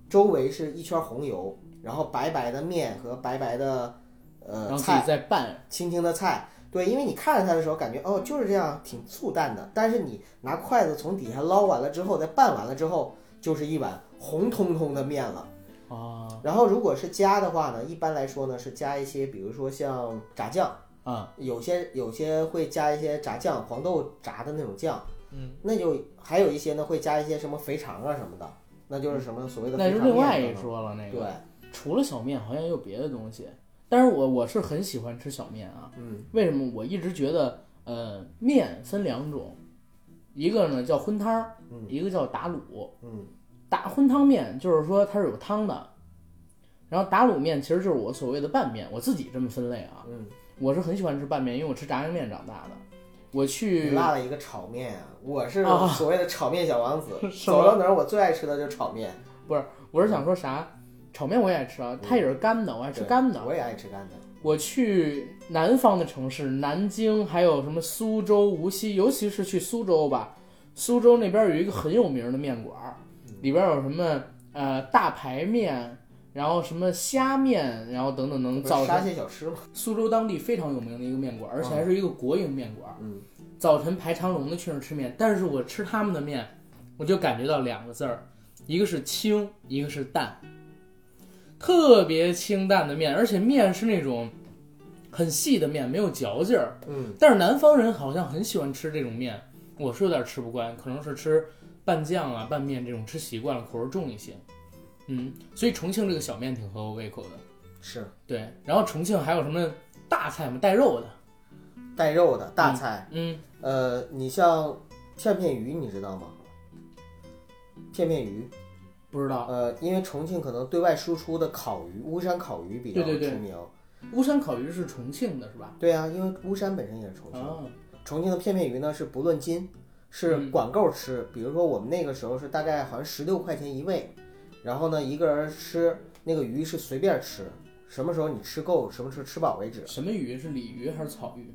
C: 周围是一圈红油，然后白白的面和白白的
B: 然
C: 呃
B: 后自己
C: 菜，
B: 再拌。
C: 青青的菜。对，因为你看着它的时候，感觉哦就是这样，挺素淡的。但是你拿筷子从底下捞完了之后，再拌完了之后，就是一碗红彤彤的面了。
B: 啊
C: 然后如果是加的话呢，一般来说呢是加一些，比如说像炸酱，
B: 啊，
C: 有些有些会加一些炸酱，黄豆炸的那种酱，
B: 嗯，
C: 那就还有一些呢会加一些什么肥肠啊什么的，那就是什么所谓的
B: 那
C: 肥
B: 是
C: 肠面
B: 另外一
C: 等等。
B: 说了。那
C: 对
B: 个，除了小面，好像也有别的东西。但是我我是很喜欢吃小面啊。
C: 嗯，
B: 为什么我一直觉得呃面分两种，一个呢叫荤汤儿，
C: 嗯
B: 一个叫打卤。
C: 嗯
B: 打荤汤面就是说它是有汤的，然后打卤面其实就是我所谓的拌面，我自己这么分类啊。
C: 嗯，
B: 我是很喜欢吃拌面，因为我吃炸酱面长大的。我
C: 你
B: 去
C: 落了一个炒面啊，我是
B: 啊
C: 所谓的炒面小王 子，
B: 是吗
C: 走到哪儿我最爱吃的就是炒面，
B: 我是想说啥？炒面我也爱吃啊，它也是干的，我爱吃
C: 嗯对
B: 干的。
C: 我也爱吃干的。
B: 我去南方的城市，南京还有什么苏州、无锡，尤其是去苏州吧，苏州那边有一个很有名的面馆儿，
C: 嗯
B: 里边有什么呃大排面，然后什么虾面，然后等等
C: 不
B: 能
C: 是
B: 造
C: 沙
B: 成
C: 县小吃吗？
B: 苏州当地非常有名的一个面馆儿，而且
C: 嗯
B: 还是一个国营面馆儿。
C: 嗯，
B: 早晨排长龙的去那儿吃面，但是我吃他们的面，我就感觉到两个字儿，一个是清，一个是淡，特别清淡的面，而且面是那种很细的面，没有嚼劲儿。
C: 嗯，
B: 但是南方人好像很喜欢吃这种面，我是有点吃不惯，可能是吃拌酱啊、拌面这种吃习惯了，口味重一些。嗯，所以重庆这个小面挺合我胃口的。
C: 是
B: 对，然后重庆还有什么大菜吗？带肉的，
C: 带肉的大菜。
B: 嗯，
C: 呃，你像片片鱼，你知道吗？片片鱼，
B: 不知道。
C: 呃，因为重庆可能对外输出的烤鱼，巫山烤鱼比较出
B: 对
C: 名。
B: 对对巫山烤鱼是重庆的是吧？
C: 对啊，因为巫山本身也是重庆的。
B: 啊，
C: 重庆的片片鱼呢是不论斤，是
B: 嗯
C: 管够吃。比如说我们那个时候是大概好像十六块钱一位，然后呢一个人吃那个鱼是随便吃，什么时候你吃够，什么时候吃饱为止。
B: 什么鱼？是鲤鱼还是草鱼？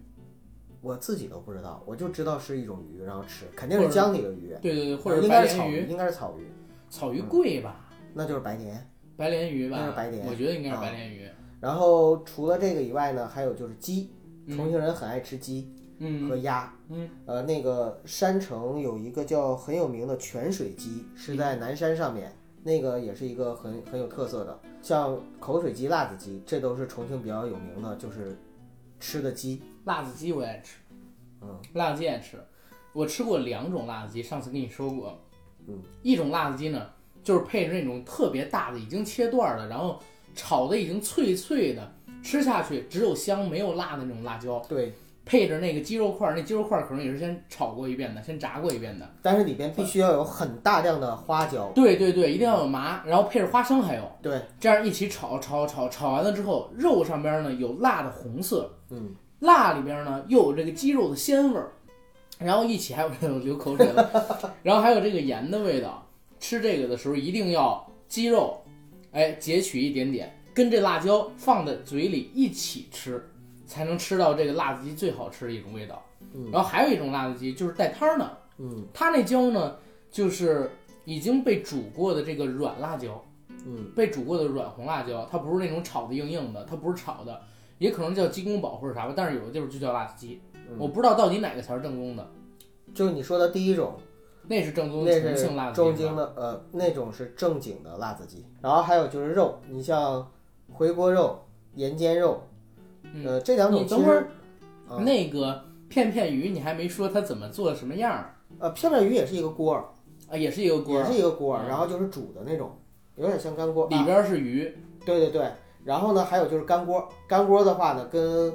C: 我自己都不知道，我就知道是一种鱼，然后吃，肯定是江里的鱼，
B: 对对对，或者
C: 啊应
B: 白
C: 该是
B: 鲢
C: 草鱼，
B: 鱼。
C: 应该是草鱼，
B: 草鱼贵吧？
C: 那就是白鲢。
B: 白鲢鱼吧？
C: 那是白鲢
B: 我觉得应该是
C: 啊
B: 白鲢鱼。
C: 然后除了这个以外呢，还有就是鸡，
B: 嗯
C: 重庆人很爱吃鸡
B: 嗯
C: 和鸭。
B: 嗯，
C: 呃，那个山城有一个叫很有名的泉水鸡，是
B: 嗯
C: 在南山上面，那个也是一个很很有特色的，像口水鸡、辣子鸡，这都是重庆比较有名的，就是吃的鸡。
B: 辣子鸡我也吃，
C: 嗯，
B: 辣子鸡也吃。我吃过两种辣子鸡，上次跟你说过。
C: 嗯，
B: 一种辣子鸡呢，就是配着那种特别大的，已经切段儿的，然后炒的已经脆脆的，吃下去只有香没有辣的那种辣椒。
C: 对，
B: 配着那个鸡肉块，儿，那鸡肉块儿可能也是先炒过一遍的，先炸过一遍的。
C: 但是里边必须要有很大量的花椒。
B: 对对对，一定要有麻，然后配着花生还有，
C: 对，
B: 这样一起炒炒炒炒完了之后，肉上边呢有辣的红色，
C: 嗯，
B: 辣里边呢又有这个鸡肉的鲜味儿，然后一起还有我流口水了，然后还有这个盐的味道。吃这个的时候一定要鸡肉，哎，截取一点点，跟这辣椒放在嘴里一起吃，才能吃到这个辣子鸡最好吃的一种味道。
C: 嗯
B: 然后还有一种辣子鸡就是带汤儿的，
C: 嗯
B: 它那椒呢，就是已经被煮过的这个软辣椒，
C: 嗯，
B: 被煮过的软红辣椒，它不是那种炒的硬硬的，它不是炒的，也可能叫鸡公煲或者啥吧，但是有的地方就叫辣子鸡，
C: 嗯
B: 我不知道到底哪个才是正宗的，
C: 就是你说的第一种，
B: 那是正宗
C: 那
B: 的重
C: 是
B: 庆辣子鸡吧
C: 中京的呃那种是正经的辣子鸡，然后还有就是肉，你像回锅肉、盐煎肉，呃这两种
B: 嗯你
C: 其
B: 等会
C: 实
B: 儿
C: 啊
B: 那个片片鱼你还没说它怎么做什么样儿
C: 呃片片鱼也是一个锅儿，
B: 啊，也是一个锅
C: 也
B: 儿
C: 是，一个锅儿，
B: 嗯
C: 然后就是煮的那种，有点像干锅。
B: 里
C: 啊
B: 边是鱼，
C: 对对对，然后呢还有就是干锅，干锅的话呢跟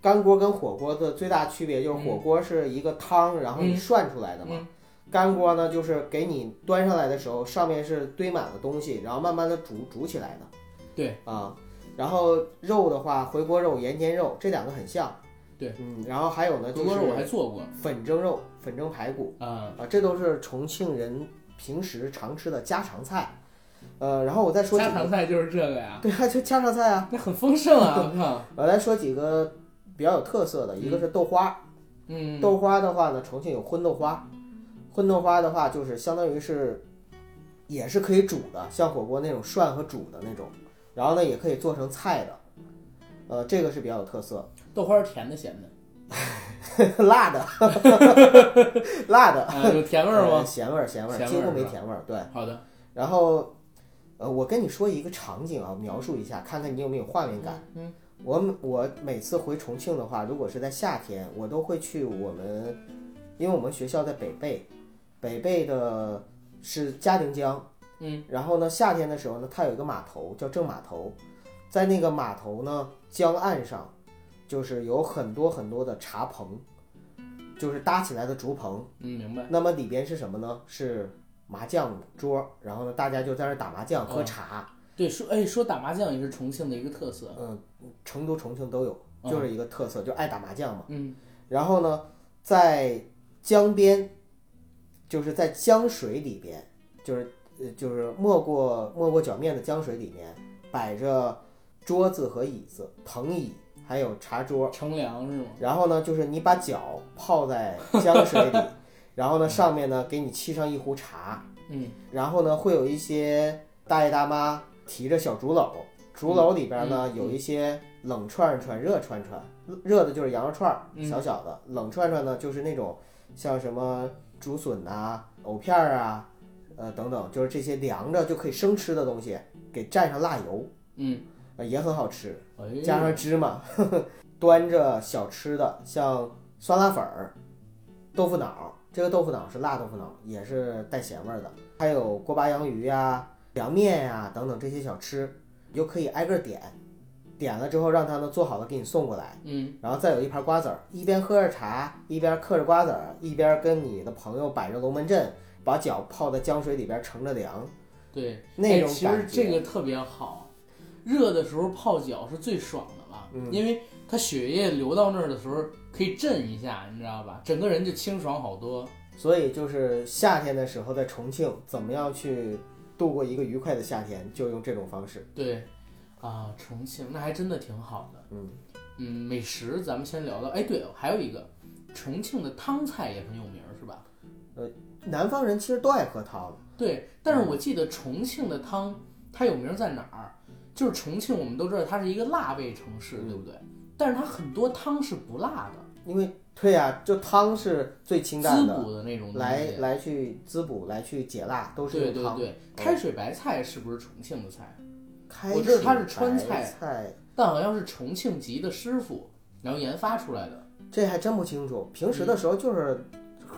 C: 干锅跟火锅的最大区别就是火锅是一个汤，然后你
B: 嗯
C: 涮出来的嘛。
B: 嗯
C: 干锅呢，就是给你端上来的时候，上面是堆满了东西，然后慢慢的煮煮起来的。
B: 对
C: 啊，然后肉的话，回锅肉、盐煎肉这两个很像。
B: 对，
C: 嗯，然后还有呢，
B: 回
C: 就
B: 锅肉我还
C: 是
B: 做过，
C: 粉蒸肉、粉蒸排骨
B: 嗯，
C: 啊，这都是重庆人平时常吃的家常菜。呃，然后我再说几
B: 家常
C: 个，
B: 菜就是这个 呀，
C: 对啊，就家常菜啊。
B: 那很丰盛啊，我靠，
C: 我再说几个比较有特色的，一个是豆花，
B: 嗯，
C: 豆花的话呢，重庆有荤豆花，荤豆花的话就是相当于是也是可以煮的，像火锅那种涮和煮的那种，然后呢也可以做成菜的，呃，这个是比较有特色。
B: 豆花是甜的咸的。
C: 辣的， 辣的，
B: 啊，有甜味 儿
C: 呃
B: 吗？
C: 咸味儿，咸味儿，
B: 咸
C: 几
B: 味儿
C: 乎没
B: 是吧
C: 甜味儿。对，
B: 好的，
C: 然后，呃，我跟你说一个场景啊，描述一下，看看你有没有画面感。
B: 嗯，
C: 我每我每次回重庆的话，如果是在夏天，我都会去我们，因为我们学校在北碚，北碚的是嘉陵江。
B: 嗯，
C: 然后呢，夏天的时候呢，它有一个码头叫正码头，在那个码头呢，江岸上就是有很多很多的茶棚，就是搭起来的竹棚。
B: 嗯，明白。
C: 那么里边是什么呢？是麻将桌，然后呢，大家就在那儿打麻将、喝
B: 嗯
C: 茶。
B: 对，说哎，说打麻将也是重庆的一个特色。啊
C: 嗯，成都、重庆都有，就是一个特色，就爱打麻将嘛。
B: 嗯
C: 然后呢，在江边，就是在江水里边，就是呃就是没过没过脚面的江水里面，摆着桌子和椅子、藤椅，还有茶桌。
B: 乘凉是吗？
C: 然后呢，就是你把脚泡在江水里， 然后呢，上面呢给你沏上一壶茶，
B: 嗯
C: 然后呢，会有一些大爷大妈提着小竹篓，竹篓里边呢、
B: 嗯嗯
C: 有一些冷串串、热串串，热的就是羊肉串儿，
B: 嗯
C: 小小的；冷串串呢就是那种像什么竹笋呐、藕片儿啊，呃等等，就是这些凉着就可以生吃的东西，给蘸上辣油，
B: 嗯，
C: 呃也很好吃，
B: 哎，
C: 加上芝 麻，呵呵端着小吃的，像酸辣粉儿、豆腐脑儿，这个豆腐脑儿是辣豆腐脑儿，也是带咸味儿的，还有锅巴洋芋呀、啊凉面呀、等等这些小吃，你就可以挨个儿点，点了之后让他呢做好了给你送过来，
B: 嗯
C: 然后再有一盘瓜子儿，一边喝着茶，一边嗑着瓜子儿，一边跟你的朋友摆着龙门阵，把脚泡在江水里边乘着凉，
B: 对，
C: 那
B: 哎
C: 种
B: 其
C: 感
B: 实
C: 觉。
B: 这个特别好，热的时候泡脚是最爽的了，
C: 嗯
B: 因为它血液流到那儿的时候可以震一下，你知道吧？整个人就清爽好多。
C: 所以就是夏天的时候，在重庆怎么样去度过一个愉快的夏天，就用这种方式。
B: 对，啊，重庆那还真的挺好的。
C: 嗯
B: 嗯，美食咱们先聊到，哎，对，还有一个重庆的汤菜也很有名儿，是吧？
C: 南方人其实都爱喝汤，
B: 对，但是我记得重庆的汤它有名在哪儿？就是重庆，我们都知道它是一个辣味城市，
C: 嗯
B: 对不对？但是它很多汤是不辣的，
C: 因为对呀、就汤是最清淡
B: 滋
C: 的，
B: 补的那种东
C: 来
B: 西。
C: 来去滋补，来去解辣，都是
B: 对
C: 用
B: 对
C: 汤。嗯
B: 对，开水白菜是不是重庆的菜？
C: 开
B: 我知道它是川
C: 水白
B: 菜
C: 菜，
B: 但好像是重庆籍的师傅然后研发出来的。
C: 这还真不清楚。平时的时候就是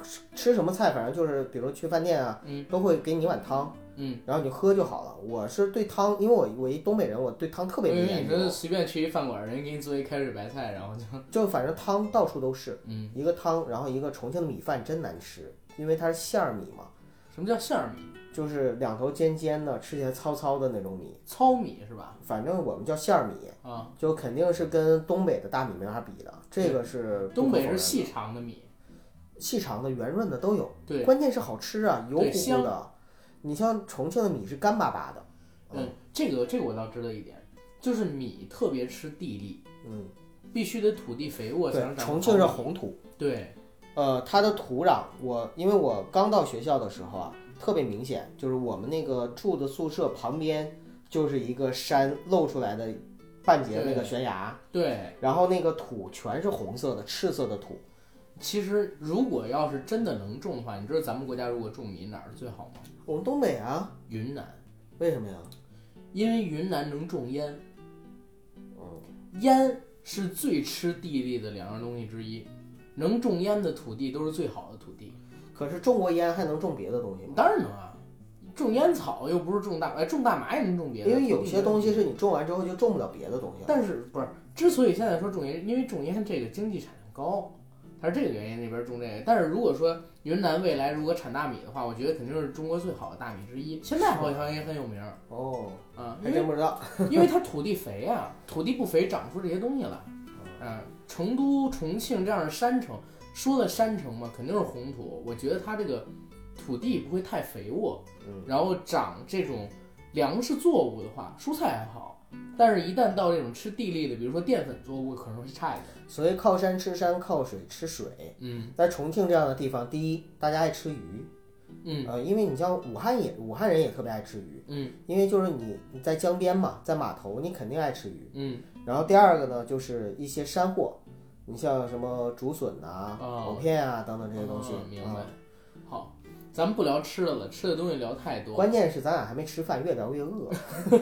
C: 吃吃什么菜，反正就是比如去饭店啊，
B: 嗯
C: 都会给你一碗汤，
B: 嗯，
C: 然后你就喝就好了。我是对汤，因为我我一东北人，我对汤特别
B: 因
C: 敏
B: 为
C: 感
B: 嗯你，说随便去一饭馆，人家给你做一开水白菜，然后就
C: 就反正汤到处都是。
B: 嗯，
C: 一个汤，然后一个重庆的米饭真难吃，因为它是馅儿米嘛，
B: 什么叫馅儿米？
C: 就是两头尖尖的，吃起来糙糙的那种米，
B: 糙米是吧？
C: 反正我们叫馅儿米，
B: 啊，
C: 就肯定是跟东北的大米没法比的，这个是不可
B: 东北
C: 否
B: 是
C: 认
B: 细长的米，
C: 细长的、圆润的都有，
B: 对，
C: 关键是好吃啊，油乎
B: 对香
C: 乎的。你像重庆的米是干巴巴的，
B: 嗯，这个这个我倒知道一点，就是米特别吃地力，
C: 嗯，
B: 必须得土地肥沃才
C: 对
B: 能，长
C: 重
B: 得
C: 庆是
B: 好米
C: 红土，
B: 对，
C: 呃，它的土壤，我因为我刚到学校的时候啊，特别明显，就是我们那个住的宿舍旁边就是一个山露出来的半截那个
B: 对
C: 悬崖，
B: 对，
C: 然后那个土全是红色的、赤色的土，
B: 其实如果要是真的能种的话，你知道咱们国家如果种米哪儿最好吗？
C: 我们东北啊，
B: 云南，
C: 为什么呀？
B: 因为云南能种烟，
C: 嗯，
B: 烟是最吃地力的两样东西之一，能种烟的土地都是最好的土地。
C: 可是种过烟还能种别的东西
B: 你
C: 吗？
B: 当然能啊，种烟草又不是种大，哎，种大麻也能种别的。
C: 因为有些东西
B: 是，
C: 是你种完之后就种不了别的东西了。
B: 但是不是？之所以现在说种烟，因为种烟这个经济产量高，它是这个原因。那边种这个，但是如果说云南未来如果产大米的话，我觉得肯定是中国最好的大米之一。现在好像也很有名儿
C: 哦，
B: 啊，
C: 还
B: 因
C: 真
B: 为
C: 不知道。
B: 因为它土地肥啊，土地不肥长不出这些东西来。嗯、成都、重庆这样的山城，说了山城嘛，肯定是红土。我觉得它这个土地不会太肥沃，
C: 嗯，
B: 然后长这种粮食作物的话，蔬菜还好，但是一旦到这种吃地力的，比如说淀粉作物，可能会差一点。
C: 所谓靠山吃山，靠水吃水。
B: 嗯
C: 在重庆这样的地方，第一，大家爱吃鱼，
B: 嗯
C: 呃，因为你像武汉也武汉人也特别爱吃鱼，
B: 嗯
C: 因为就是你你在江边嘛，在码头你肯定爱吃鱼。
B: 嗯，
C: 然后第二个呢，就是一些山货，你像什么竹笋呐、
B: 哦
C: 藕片啊等等这些东西
B: 哦。明白
C: 啊。
B: 好，咱们不聊吃的了，吃的东西聊太多。
C: 关键是咱俩还没吃饭，越聊越饿。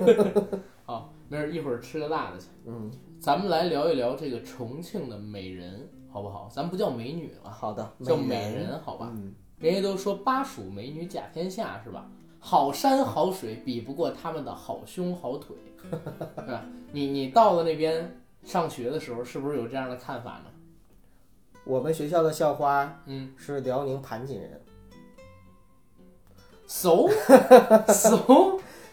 B: 好，没事，啊一会儿吃个辣的去。
C: 嗯，
B: 咱们来聊一聊这个重庆的美人，好不好？咱不叫美女了，
C: 好 的，
B: 叫美
C: 美
B: 人，好吧？
C: 嗯，
B: 人家都说巴蜀美女甲天下是吧？好山好水比不过他们的好胸好腿， 是吧？你你到了那边上学的时候，是不是有这样的看法呢？
C: 我们学校的校花
B: 嗯
C: 是辽宁盘锦人，
B: ，so so，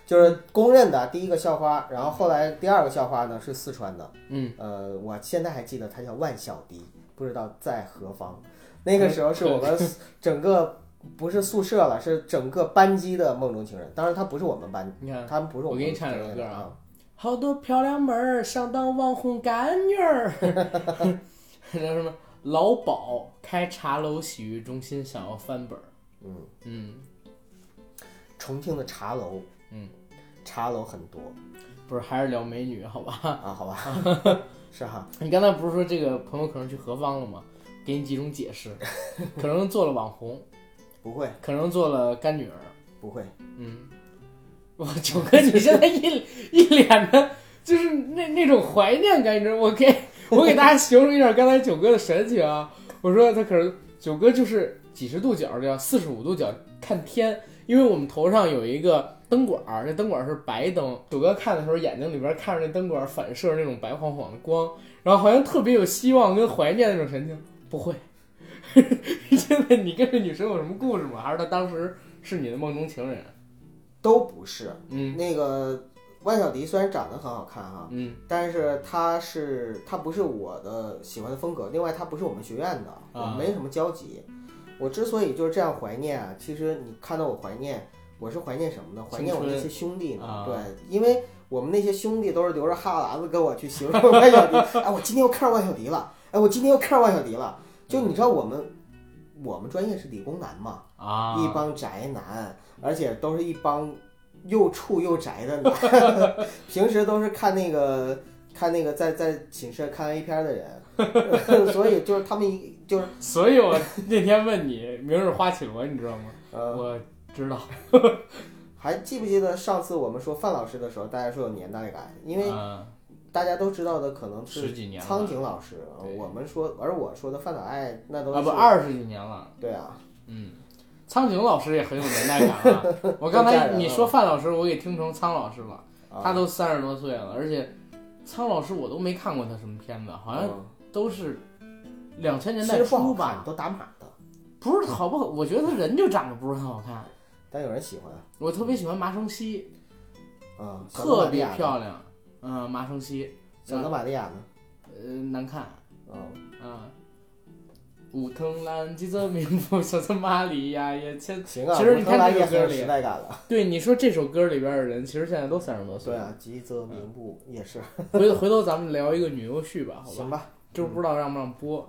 C: 就是公认的第一个校花。然后后来第二个校花呢是四川的，
B: 嗯，
C: 呃，我现在还记得她叫万小迪，不知道在何方。那个时候是我们
B: 嗯
C: 整个不是宿舍了，是整个班级的梦中情人。当然，她不是我们班，
B: 你看
C: 他们不是
B: 嗯我
C: 们
B: 给你
C: 班
B: 唱
C: 级
B: 首
C: 的
B: 歌啊
C: 啊。
B: 好多漂亮妹儿想当网红干女儿，叫什么老鸨开茶楼洗浴中心想要翻本儿，
C: 嗯，
B: 嗯，
C: 重庆的茶楼，
B: 嗯，
C: 茶楼很 多
B: 不是还是聊美女好吧？
C: 啊，好吧，是哈，
B: 你刚才不是说这个朋友可能去何方了吗？给你几种解 释，可能做了网红，
C: 不会
B: 可能做了干女儿，
C: 不会，
B: 嗯， 哇，九哥，你现在一一脸的，就是那那种怀念感，你知道吗？我给我给大家形容一下刚才九哥的神情啊，我说他可是九哥就是几十度角这样，四十五度角看天，因为我们头上有一个灯管儿，那灯管儿是白灯，九哥看的时候眼睛里边看着那灯管儿反射那种白晃晃的光，然后好像特别有希望跟怀念那种神情，不会。 现在你跟这女生有什么故事吗？还是她当时是你的梦中情人？
C: 都不是。
B: 嗯
C: 那个万小迪虽然长得很好看哈，
B: 嗯
C: 但是她是她不是我的喜欢的风格，另外她不是我们学院的，我
B: 啊
C: 们没什么交集。我之所以就是这样怀念啊，其实你看到我怀念，我是怀念什么呢？怀念我
B: 青春
C: 那些兄弟呢？
B: 啊
C: 对，因为我们那些兄弟都是留着哈喇子跟我去形容万小迪，哎，我今天又看上万小迪了，哎，我今天又看上万小迪了。就你知道我们，我们专业是理工男嘛，
B: 啊
C: 一帮宅男，而且都是一帮又处又宅的男， 平时都是看那个看那个在在寝室看 A 片的 人，所以就是他们一就是
B: 所以我那天问你明日花绮罗，你知道吗？
C: 呃，
B: 我知道，
C: 还记不记得上次我们说范老师的时候，大家说有年代感，因为
B: 嗯
C: 大家都知道的可能
B: 十
C: 是
B: 几年了
C: 苍井老师，呃
B: 对
C: 我们说而我说的范岛爱那都是
B: 啊不二十几年了，
C: 对啊，
B: 嗯，苍井老师也很有年代 感了。我刚
C: 真吓
B: 才
C: 人
B: 你
C: 了
B: 说范老师，我给听成苍老师了，
C: 啊
B: 他都三十多岁了，而且苍老师我都没看过他什么片子，好像
C: 嗯
B: 都是两千年
C: 其
B: 代
C: 实不好
B: 初
C: 看，
B: 吧，
C: 都打码的，
B: 不是好不好？我觉得他人就长得不是很好看，
C: 但有人喜欢
B: 我特别喜欢麻生希，
C: 啊，小泽
B: 特
C: 玛利
B: 别
C: 亚呢
B: 漂亮，嗯，麻生希，
C: 小泽玛利亚呢，
B: 呃，难看。
C: 嗯。
B: 啊，武藤兰吉泽明步小泽玛里亚也千。
C: 行啊，
B: 其实你
C: 乌
B: 看
C: 克兰
B: 这个
C: 也很
B: 歌
C: 有
B: 里
C: 时代感了。
B: 对你说这首歌里边的人，其实现在都三十多岁
C: 对
B: 了。
C: 啊，吉泽明步也是，
B: 回回头咱们聊一个女优序吧，好吧？
C: 行吧。
B: 就是不知道让不让播。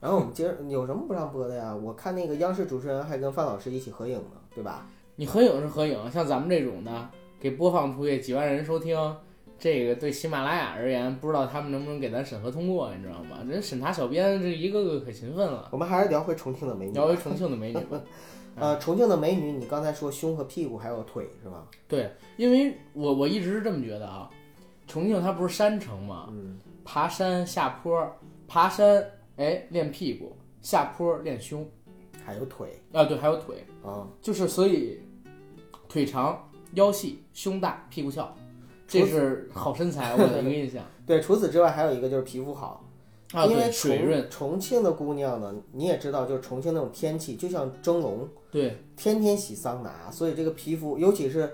C: 然后我们接着有什么不让播的呀？我看那个央视主持人还跟范老师一起合影呢，对吧？
B: 你合影是合影，像咱们这种的，给播放出去几万人收听，这个对喜马拉雅而言，不知道他们能不能给咱审核通过，你知道吗？人审查小编这一个个可勤奋了。
C: 我们还是聊回重庆的美女
B: 聊。回重庆的美女吧，
C: 呃，重庆的美女，你刚才说胸和屁股还有腿是吧？
B: 对，因为我我一直是这么觉得啊，重庆它不是山城吗？
C: 嗯，
B: 爬山下坡，爬山哎练屁股，下坡练胸
C: 还有腿
B: 啊，对，还有腿，
C: 啊。
B: 就是所以腿长腰细胸大屁股翘，这是好身材我的一个印 象
C: 对，除此之外还有一个就是皮肤好，
B: 啊，
C: 因
B: 对，
C: 为
B: 水
C: 重
B: 润，
C: 重庆的姑娘呢，你也知道，就是重庆那种天气，就像蒸笼，
B: 对，
C: 天天洗桑拿，所以这个皮肤，尤其是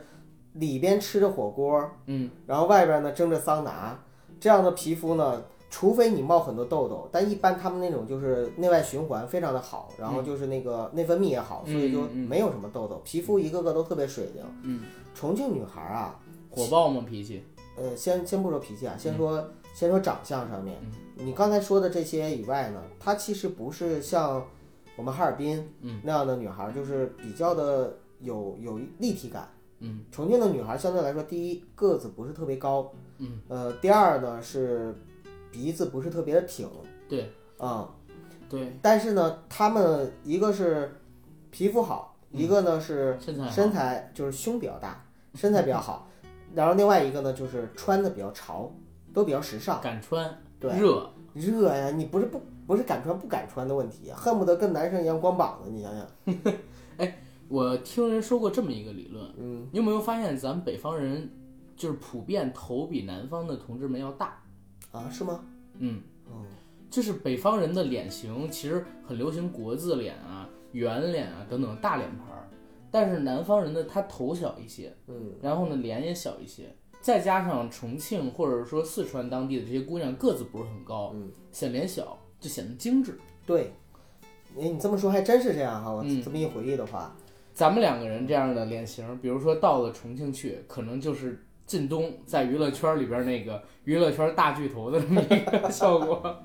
C: 里边吃着火锅，
B: 嗯，
C: 然后外边呢蒸着桑拿，这样的皮肤呢，除非你冒很多痘痘，但一般他们那种就是内外循环非常的好，然后就是那个内分泌也好，所以就
B: 嗯嗯嗯
C: 没有什么痘痘，皮肤一个个都特别水灵。
B: 嗯，
C: 重庆女孩啊，
B: 火爆吗脾气？
C: 呃，先先不说脾
B: 嗯
C: 气啊，先说、先说长相上面，你刚才说的这些以外呢，她其实不是像我们哈尔滨
B: 嗯
C: 那样的女孩，就是比较的有有立体感。
B: 嗯，
C: 重庆的女孩相对来说，第一个子不是特别高，
B: 嗯，
C: 呃，第二呢是鼻子不是特别的挺
B: 对
C: 啊、
B: 对，
C: 但是呢，她们一个是皮肤好，一个呢是
B: 嗯身材好
C: 身材就是胸比较大，身材比较 好，然后另外一个呢就是穿的比较潮，都比较时尚。
B: 敢穿，
C: 对，
B: 热，
C: 热呀，你不是不不是敢穿不敢穿的问题啊，恨不得跟男生一样光膀子，你想想，
B: 我听人说过这么一个理论，
C: 嗯，
B: 你有没有发现咱们北方人就是普遍头比南方的同志们要大？
C: 啊是吗？
B: 嗯，
C: 嗯，
B: 就是北方人的脸型其实很流行国字脸啊、圆脸啊等等大脸盘儿，但是南方人的他头小一些，
C: 嗯，
B: 然后呢脸也小一些，再加上重庆或者说四川当地的这些姑娘个子不是很高，
C: 嗯，
B: 显脸小就显得精致。
C: 对，你你这么说还真是这样哈。我
B: 嗯
C: 这么一回忆的话，
B: 咱们两个人这样的脸型，比如说到了重庆去，可能就是靳东在娱乐圈里边那个娱乐圈大巨头的这么一个效果，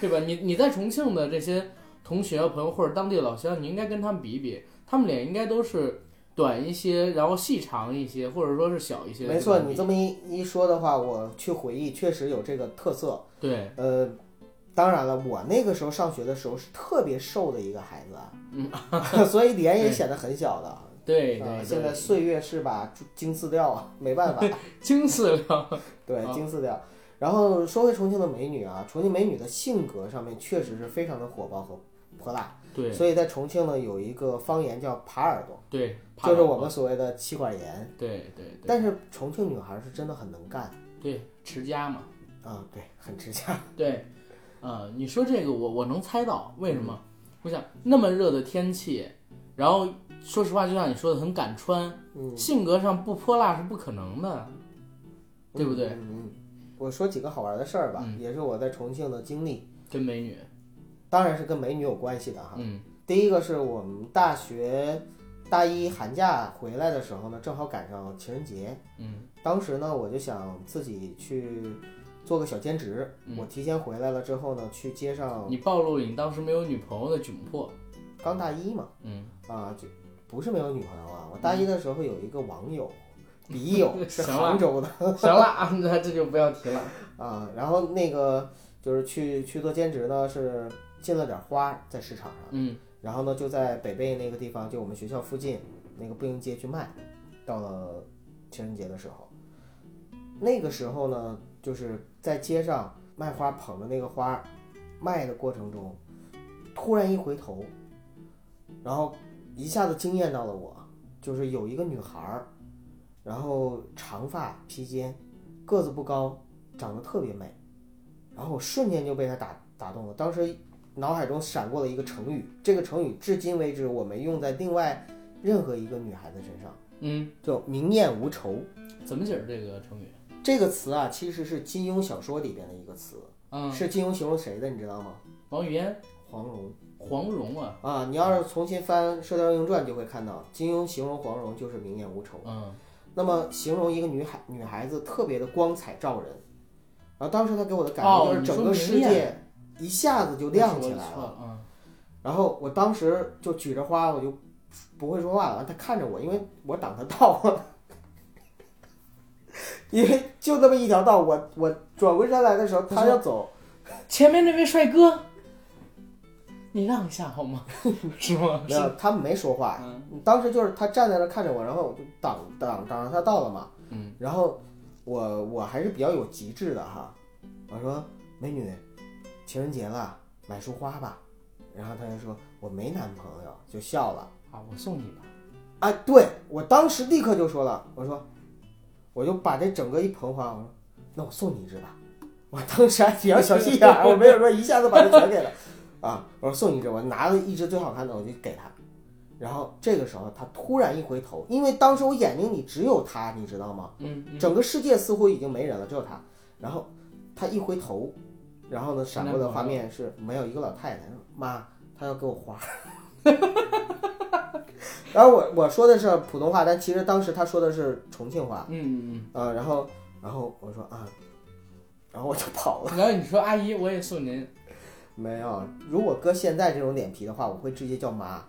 B: 对吧？你你在重庆的这些同学朋友或者当地的老乡，你应该跟他们比一比，他们脸应该都是短一些，然后细长一些，或者说是小一些。
C: 没错，
B: 对吧
C: 你这么一一说的话，我去回忆确实有这个特色。
B: 对，
C: 呃，当然了，我那个时候上学的时候是特别瘦的一个孩子啊， 所以脸也显得很小的。
B: 嗯对对
C: 啊、
B: 对，
C: 现在岁月是把精刺掉啊，没办 法，
B: 精四了，
C: 对
B: 啊，
C: 精刺掉。然后说回重庆的美女啊，重庆美女的性格上面确实是非常的火爆和泼辣，
B: 对
C: 所以在重庆呢有一个方言叫耙耳朵，
B: 对，
C: 就是我们所谓的妻管严。
B: 对对对
C: 但是重庆女孩是真的很能干
B: 对持家嘛。嗯
C: 啊，对，很持 家。
B: 对，呃，你说这个我我能猜到为什么？
C: 嗯
B: 我想那么热的天气，然后说实话，就像你说的，很敢穿，
C: 嗯，
B: 性格上不泼辣是不可能的，对不对？
C: 嗯嗯，我说几个好玩的事儿吧，
B: 嗯
C: 也是我在重庆的经历，
B: 跟美女，
C: 当然是跟美女有关系的哈。
B: 嗯
C: 第一个是我们大学大一寒假回来的时候呢，正好赶上情人节，
B: 嗯
C: 当时呢我就想自己去做个小兼职，
B: 嗯
C: 我哦提前回来了之后呢，去街上
B: 你暴露了你当时没有女朋友的窘迫，
C: 刚大一嘛，
B: 嗯，
C: 啊，就不是没有女朋友啊，我大一的时候有一个网友。笔 友是
B: 行了
C: 杭州的，
B: 行了啊，那这就不要提了，
C: 啊，然后那个就是去去做兼职呢，是进了点花在市场上，
B: 嗯
C: 然后呢就在北碚那个地方，就我们学校附近那个步行街去卖。到了情人节的时候，那个时候呢，就是在街上卖花捧着那个花，卖的过程中，突然一回头，然后一下子惊艳到了我，就是有一个女孩儿，然后长发披肩，个子不高，长得特别美，然后我瞬间就被她打打动了。当时脑海中闪过了一个成语，这个成语至今为止我没用在另外任何一个女孩子身上，
B: 嗯，
C: 叫“明艳无仇
B: 怎么解释这个成语？”
C: 这个词啊，其实是金庸小说里边的一个词，
B: 嗯，
C: 是金庸形容谁的，你知道吗？
B: 王语嫣，
C: 黄蓉
B: 黄蓉啊，
C: 啊，你要是重新翻《射雕英雄传》，就会看到金庸形容黄蓉就是明艳无仇。
B: 嗯
C: 那么形容一个女孩女孩子特别的光彩照人，然后当时她给我的感
B: 哦
C: 觉就是整个世
B: 你说明
C: 界一下子就亮起
B: 我
C: 来
B: 错
C: 了。
B: 了，嗯
C: 然后我当时就举着花，我就不会说话了，她看着我，因为我挡她道了。因为就那么一条道，我我转过身来的时候，她要走，
B: 前面那位帅哥，你让一下好 吗？啊是吗？
C: 没有，他们没说话，
B: 嗯
C: 当时就是他站在那儿看着我，然后我就挡挡挡着他到了嘛，
B: 嗯，
C: 然后我我还是比较有极致的哈，我说美女，情人节了，买束花吧，然后他就说我没男朋友，就笑了，
B: 啊，我送你吧。
C: 啊，对我当时立刻就说了，我说我就把这整个一盆花，我说那我送你一支吧，我当时还比较小心眼儿，我没有说一下子把它全给了，啊，我说送你一支，我拿了一支最好看的我就给他，然后这个时候他突然一回头，因为当时我眼睛里只有他，你知道吗？
B: 嗯，嗯
C: 整个世界似乎已经没人了，只有他，然后他一回头，然后呢闪过的画面是没有一个老太太说妈，她要给我花。 然后我我说的是普通话，但其实当时他说的是重庆话，
B: 嗯
C: 呃，然后然后我说啊，然后我就跑了。
B: 嗯，然后你说阿姨，我也送您。
C: 没有，如果搁现在这种脸皮的话，我会直接叫妈。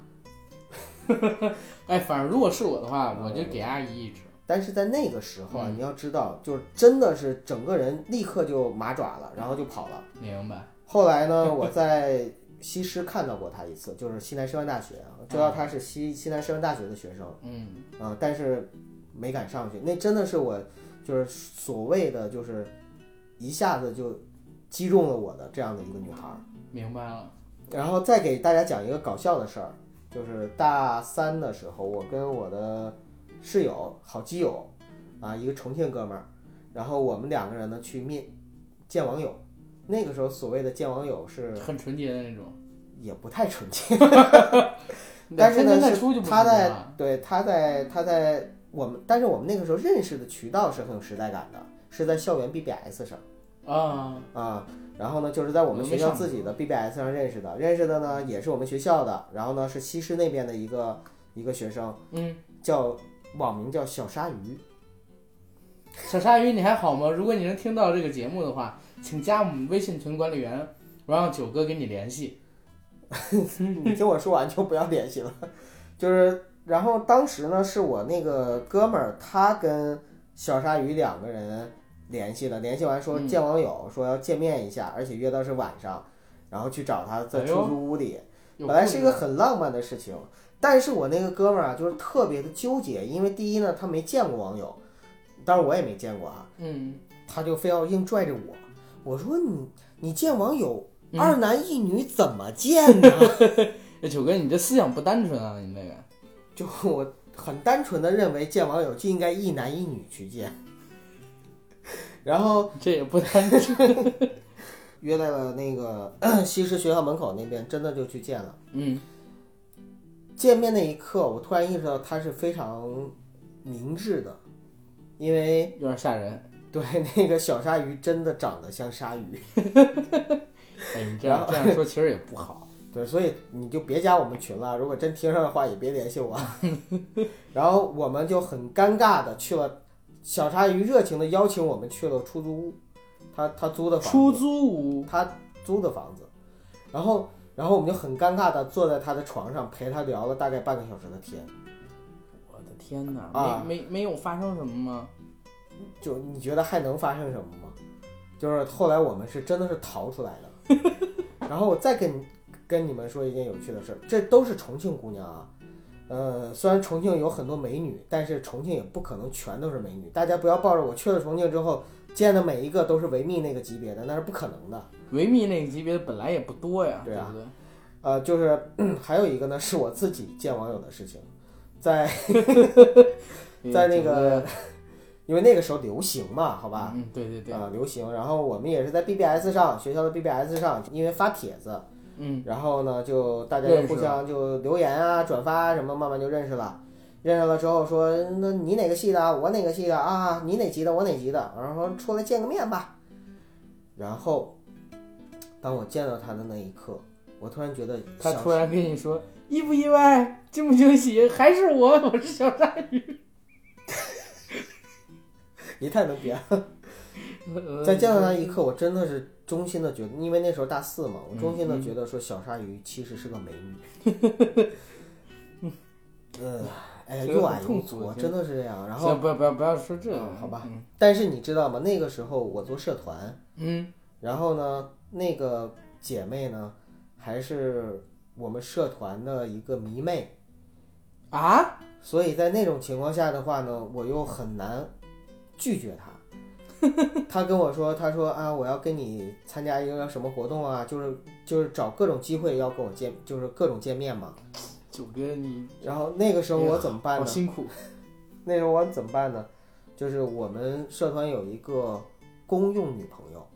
B: 哎，反正如果是我的话，我就给阿姨一支。
C: 但是在那个时候啊，
B: 嗯
C: 你要知道，就是真的是整个人立刻就麻爪了，然后就跑了。
B: 明白？
C: 后来呢，我在西师看到过他一次，就是西南师范大学，知道他是西西南师范大学的学生，
B: 嗯，
C: 啊、但是没敢上去。那真的是我，就是所谓的就是一下子就击中了我的这样的一个女孩儿。
B: 明白了。
C: 然后再给大家讲一个搞笑的事儿，就是大三的时候，我跟我的室友、好基友啊，一个重庆哥们儿，然后我们两个人呢去面见网友。那个时候所谓的见网友是
B: 很纯洁的那种。
C: 也不太纯洁， 但是
B: 天天
C: 呢，
B: 在
C: 是
B: 出就不
C: 他
B: 纯洁
C: 在
B: 了
C: 对他在他在我们，但是我们那个时候认识的渠道是很有时代感的，是在校园 BBS 上
B: 啊，
C: 啊。然后呢，就是在我们学校自己的 BBS 上认识的，认识的呢也是我们学校的，然后呢是西师那边的一个一个学生，
B: 嗯，
C: 叫网名叫小鲨鱼，
B: 小鲨鱼你还好吗？如果你能听到这个节目的话，请加我们微信群管理员，我让九哥跟你联系。
C: 你听我说完就不要联系了。就是，然后当时呢，是我那个哥们儿，他跟小鲨鱼两个人联系的，联系完说
B: 嗯
C: 见网友，说要见面一下，而且约到是晚上，然后去找他在
B: 哎
C: 出
B: 呦
C: 租屋里。
B: 有
C: 本来
B: 空
C: 是一
B: 吗
C: 个很浪漫的事情，但是我那个哥们儿啊，就是特别的纠结，因为第一呢，他没见过网友，当然我也没见过啊，
B: 嗯，
C: 他就非要硬拽着我。我说你你见网友，
B: 嗯
C: 二男一女怎么见呢？
B: 哎九哥你这思想不单纯啊，你这个。
C: 就我很单纯的认为见网友就应该一男一女去见，然后
B: 这也不单纯。
C: 约在了那个 咳西师学校门口那边，真的就去见了。
B: 嗯，
C: 见面那一刻，我突然意识到他是非常明智的，因为
B: 有点吓人。
C: 对那个小鲨鱼真的长得像鲨鱼，
B: 哎，你这样
C: 然后
B: 这样说其实也不 好。
C: 对，所以你就别加我们群了。如果真听上的话，也别联系我。 然后我们就很尴尬的去了，小鲨鱼热情的邀请我们去了出租屋，他他租的房子
B: 出租屋，
C: 他租的房子，然后然后我们就很尴尬的坐在他的床上陪他聊了大概半个小时的天。
B: 我的天哪，
C: 啊
B: 没没没有发生什么吗？
C: 就你觉得还能发生什么吗？就是后来我们是真的是逃出来的。然后我再跟你跟你们说一件有趣的事儿，这都是重庆姑娘啊。呃，虽然重庆有很多美女，但是重庆也不可能全都是美女。大家不要抱着我去了重庆之后见的每一个都是维密那个级别的，那是不可能的。
B: 维密那个级别本来也不多呀，
C: 对啊
B: 不对？
C: 呃，就是 还有一个呢，是我自己见网友的事情，在在那个，因为那个时候流行嘛，好
B: 好
C: 吧，
B: 嗯，对对对，
C: 啊、流行。然后我们也是在 BBS 上，学校的 BBS 上，因为发帖子，
B: 嗯，
C: 然后呢，就大家就
B: 认识
C: 互相就留言啊、转发啊什么，慢慢就认识了。认识了之后说，那你哪个系的啊？我哪个系的啊？你哪级的？我哪级的？然后说出来见个面吧。然后，当我见到他的那一刻，我突然觉得
B: 他
C: 小
B: 突然跟你说意不意外，惊不惊喜，还是我，我是小鲨 鱼。
C: 你太能编了。在见到
B: 呃
C: 他一刻，我真的是衷心的觉得，因为那时候大四嘛，我衷心的觉得说小鲨鱼其实是个美女。 呃，哎呀，
B: 觉得
C: 又
B: 很
C: 矮又
B: 痛苦
C: 矬，
B: 觉得
C: 真的是这样。然
B: 行
C: 后，
B: 不要不要不要说这个
C: 嗯，好吧
B: 嗯
C: 但是你知道吗？那个时候我做社团，
B: 嗯，
C: 然后呢，那个姐妹呢，还是我们社团的一个迷妹，
B: 啊，
C: 所以在那种情况下的话呢，我又很难拒绝她。她跟我说，她说啊，我要跟你参加一个什么活动啊，就是就是找各种机会要跟我见，就是各种见面嘛。
B: 九哥你
C: 然后那个时候我怎么办
B: 哎好
C: 呢？
B: 辛苦，
C: 那时候我怎么办呢？就是我们社团有一个公用女朋友，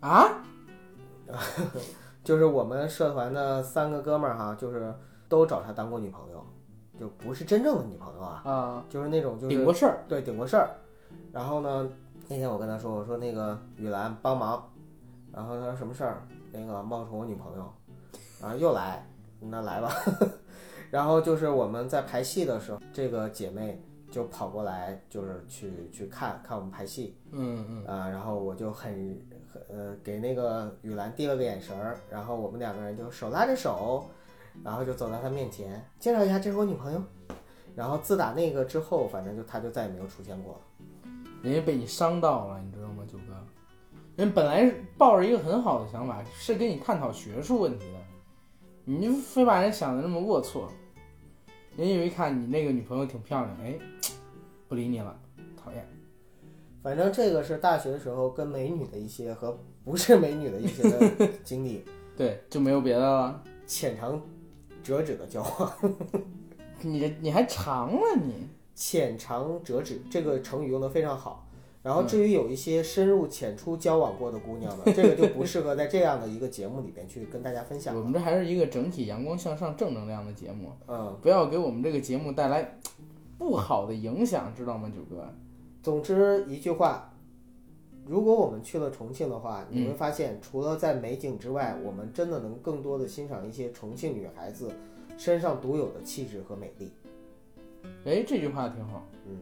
B: 啊，
C: 就是我们社团的三个哥们儿哈，就是都找她当过女朋友，就不是真正的女朋友啊，
B: 啊，
C: 就是那种就是
B: 顶过事儿，
C: 对，顶过事儿。然后呢，那天我跟他说，我说那个雨兰帮忙，然后他说什么事儿？那个冒充我女朋友，然后又来，那来吧。 然后就是我们在排戏的时候，这个姐妹就跑过来，就是去去看看我们排戏
B: 嗯嗯，
C: 啊、然后我就很很呃给那个雨兰递了个眼神儿，然后我们两个人就手拉着手，然后就走到她面前，介绍一下，这是我女朋友。然后自打那个之后，反正就她就再也没有出现过了。
B: 人家被你伤到了，你知道吗，九哥？人本来抱着一个很好的想法，是跟你探讨学术问题的，你就非把人想的那么龌龊。人以为看你那个女朋友挺漂亮，哎，不理你了，讨厌。
C: 反正这个是大学时候跟美女的一些和不是美女的一些的经历，
B: 对，就没有别的了。
C: 浅尝辄止的交往，
B: 你你还长了你，嗯
C: 浅尝辄止这个成语用的非常好。然后至于有一些深入浅出交往过的姑娘 呢，这个就不适合在这样的一个节目里边去跟大家分享
B: 我
C: 了。
B: 们这还是一个整体阳光向上、正能量的节目，
C: 嗯，
B: 不要给我们这个节目带来不好的影响，知道吗，九哥？
C: 总之一句话，如果我们去了重庆的话，
B: 嗯
C: 你会发现，除了在美景之外，我们真的能更多的欣赏一些重庆女孩子身上独有的气质和美丽。
B: 哎，这句话挺好。
C: 嗯，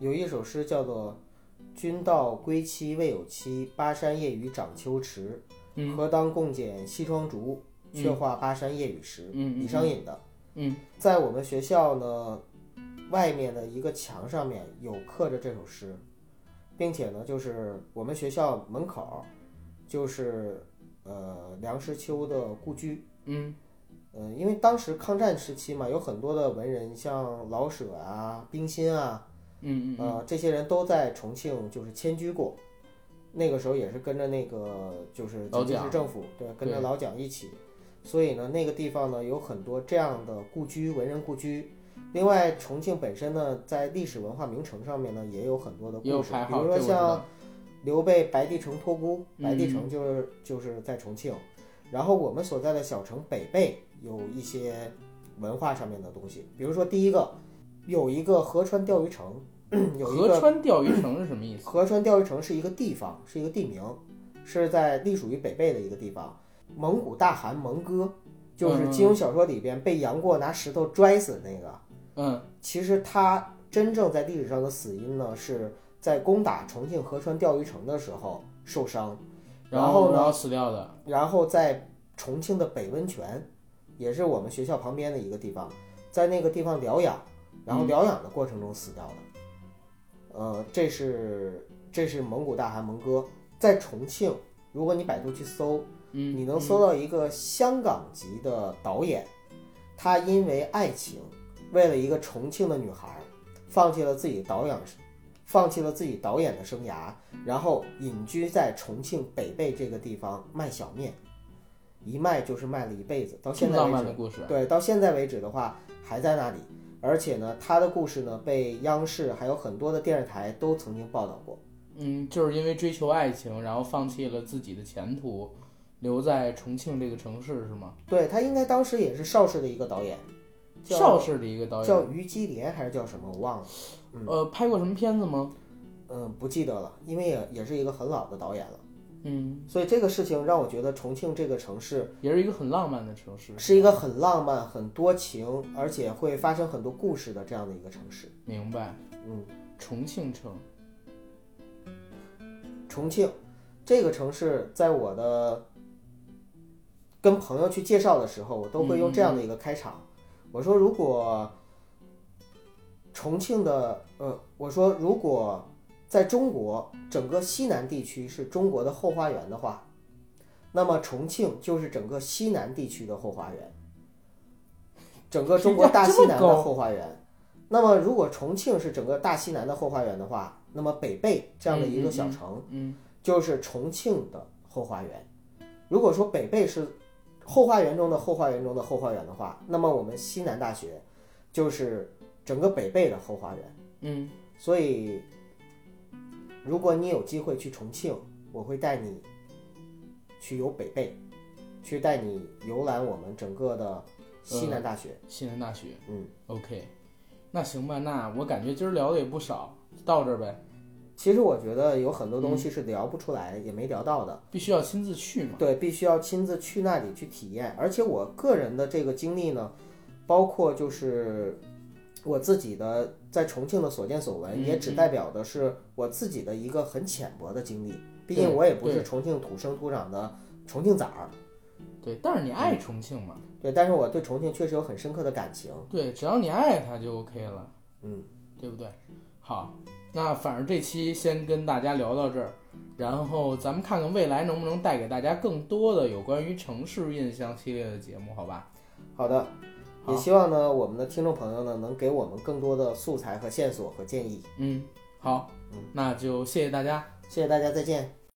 C: 有一首诗叫做“君道归期未有期，巴山夜雨涨秋池。
B: 嗯
C: 何当共剪西窗烛，
B: 嗯
C: 却话巴山夜雨时。
B: 嗯嗯
C: 李商隐的。
B: 嗯，
C: 在我们学校呢，外面的一个墙上面有刻着这首诗，并且呢，就是我们学校门口，就是呃梁实秋的故居。
B: 嗯
C: 嗯，因为当时抗战时期嘛，有很多的文人，像老舍啊、冰心啊，
B: 嗯嗯嗯
C: 呃，这些人都在重庆就是迁居过，那个时候也是跟着那个就是
B: 老
C: 蒋介
B: 蒋
C: 石政府，对，跟着
B: 对
C: 老蒋一起，所以呢，那个地方呢有很多这样的故居，文人故居。另外，重庆本身呢，在历史文化名城上面呢，也有很多的
B: 也有
C: 故事，
B: 排
C: 比
B: 号，
C: 如
B: 这我
C: 说
B: 知
C: 像
B: 道。
C: 刘备白帝城托孤，白帝
B: 嗯
C: 城就是、就是在重庆，然后我们所在的小城北碚有一些文化上面的东西，比如说第一个有一个合川钓鱼城，嗯有一
B: 河
C: 个
B: 川钓鱼城是什么意思？
C: 合川钓鱼城是一个地方，是一个地名，是在隶属于北碚的一个地方。蒙古大汗蒙哥，就是金庸小说里边被杨过拿石头拽死的那个，
B: 嗯
C: 其实他真正在历史上的死因呢，是在攻打重庆合川钓鱼城的时候受伤，然后
B: 然
C: 呢，
B: 后死掉的。
C: 然后在重庆的北温泉，也是我们学校旁边的一个地方，在那个地方疗养，然后
B: 嗯
C: 疗养的过程中死掉的。呃，这是这是蒙古大汗蒙哥在重庆，如果你百度去搜，
B: 嗯，
C: 你能搜到一个香港籍的导演，他因为爱情，为了一个重庆的女孩，放弃了自己导演，放弃了自己导演的生涯，然后隐居在重庆北碚这个地方卖小面，一卖就是卖了一辈子，到
B: 嗯
C: 现
B: 这么
C: 在
B: 浪
C: 为
B: 漫
C: 止
B: 的，故事。
C: 对，到现在为止的话还在那里，而且呢，他的故事呢被央视还有很多的电视台都曾经报道过。
B: 嗯，就是因为追求爱情，然后放弃了自己的前途，留在重庆这个城市是吗？
C: 对他应该当时也是邵氏的一个导演，叫
B: 邵氏的一个导演，
C: 叫于基莲还是叫什么，我忘了。嗯
B: 呃，拍过什么片子吗？
C: 嗯，不记得了，因为也也是一个很老的导演了。
B: 嗯，
C: 所以这个事情让我觉得重庆这个城市
B: 也是一个很浪漫的城市，
C: 是一个很浪漫、很多情，而且会发生很多故事的这样的一个城市。
B: 明白？
C: 嗯，
B: 重庆城，
C: 重庆这个城市，在我的跟朋友去介绍的时候，我都会用这
B: 嗯
C: 样的一个开场。我说，如果重庆的，呃，我说如果在中国整个西南地区是中国的后花园的话，那么重庆就是整个西南地区的后花园，整个中国大西南的后花园。那么，如果重庆是整个大西南的后花园的话，那么北碚这样的一个小城，
B: 嗯，
C: 就是重庆的后花园。如果说北碚是后花园中的后花园中的后花园的话，那么我们西南大学就是整个北碚的后花园。
B: 嗯，
C: 所以，如果你有机会去重庆，我会带你去游北碚，去带你游览我们整个的西南大学。
B: 西南大学
C: 嗯，
B: ，OK，那行吧，那我感觉今儿聊的也不少，到这儿呗，
C: 其实我觉得有很多东西是聊不出来，也没聊到的。
B: 必须要亲自去嘛，
C: 对，必须要亲自去那里去体验。而且我个人的这个经历呢，包括就是我自己的在重庆的所见所闻，
B: 嗯
C: 也只
B: 嗯
C: 代表的是我自己的一个很浅薄的经历。毕
B: 对
C: 竟我也不是
B: 对
C: 重庆土生土长的重庆崽儿，
B: 对，但是你爱
C: 嗯
B: 重庆嘛，
C: 对，但是我对重庆确实有很深刻的感情。
B: 对，只要你爱它就 OK 了，
C: 嗯，
B: 对不对？好，那反正这期先跟大家聊到这儿，然后咱们看看未来能不能带给大家更多的有关于城市印象系列的节目，好吧？
C: 好的，
B: 好
C: 也希望呢我们的听众朋友呢能给我们更多的素材和线索和建议。
B: 嗯，好，那就谢谢大家。
C: 谢谢大家，再见。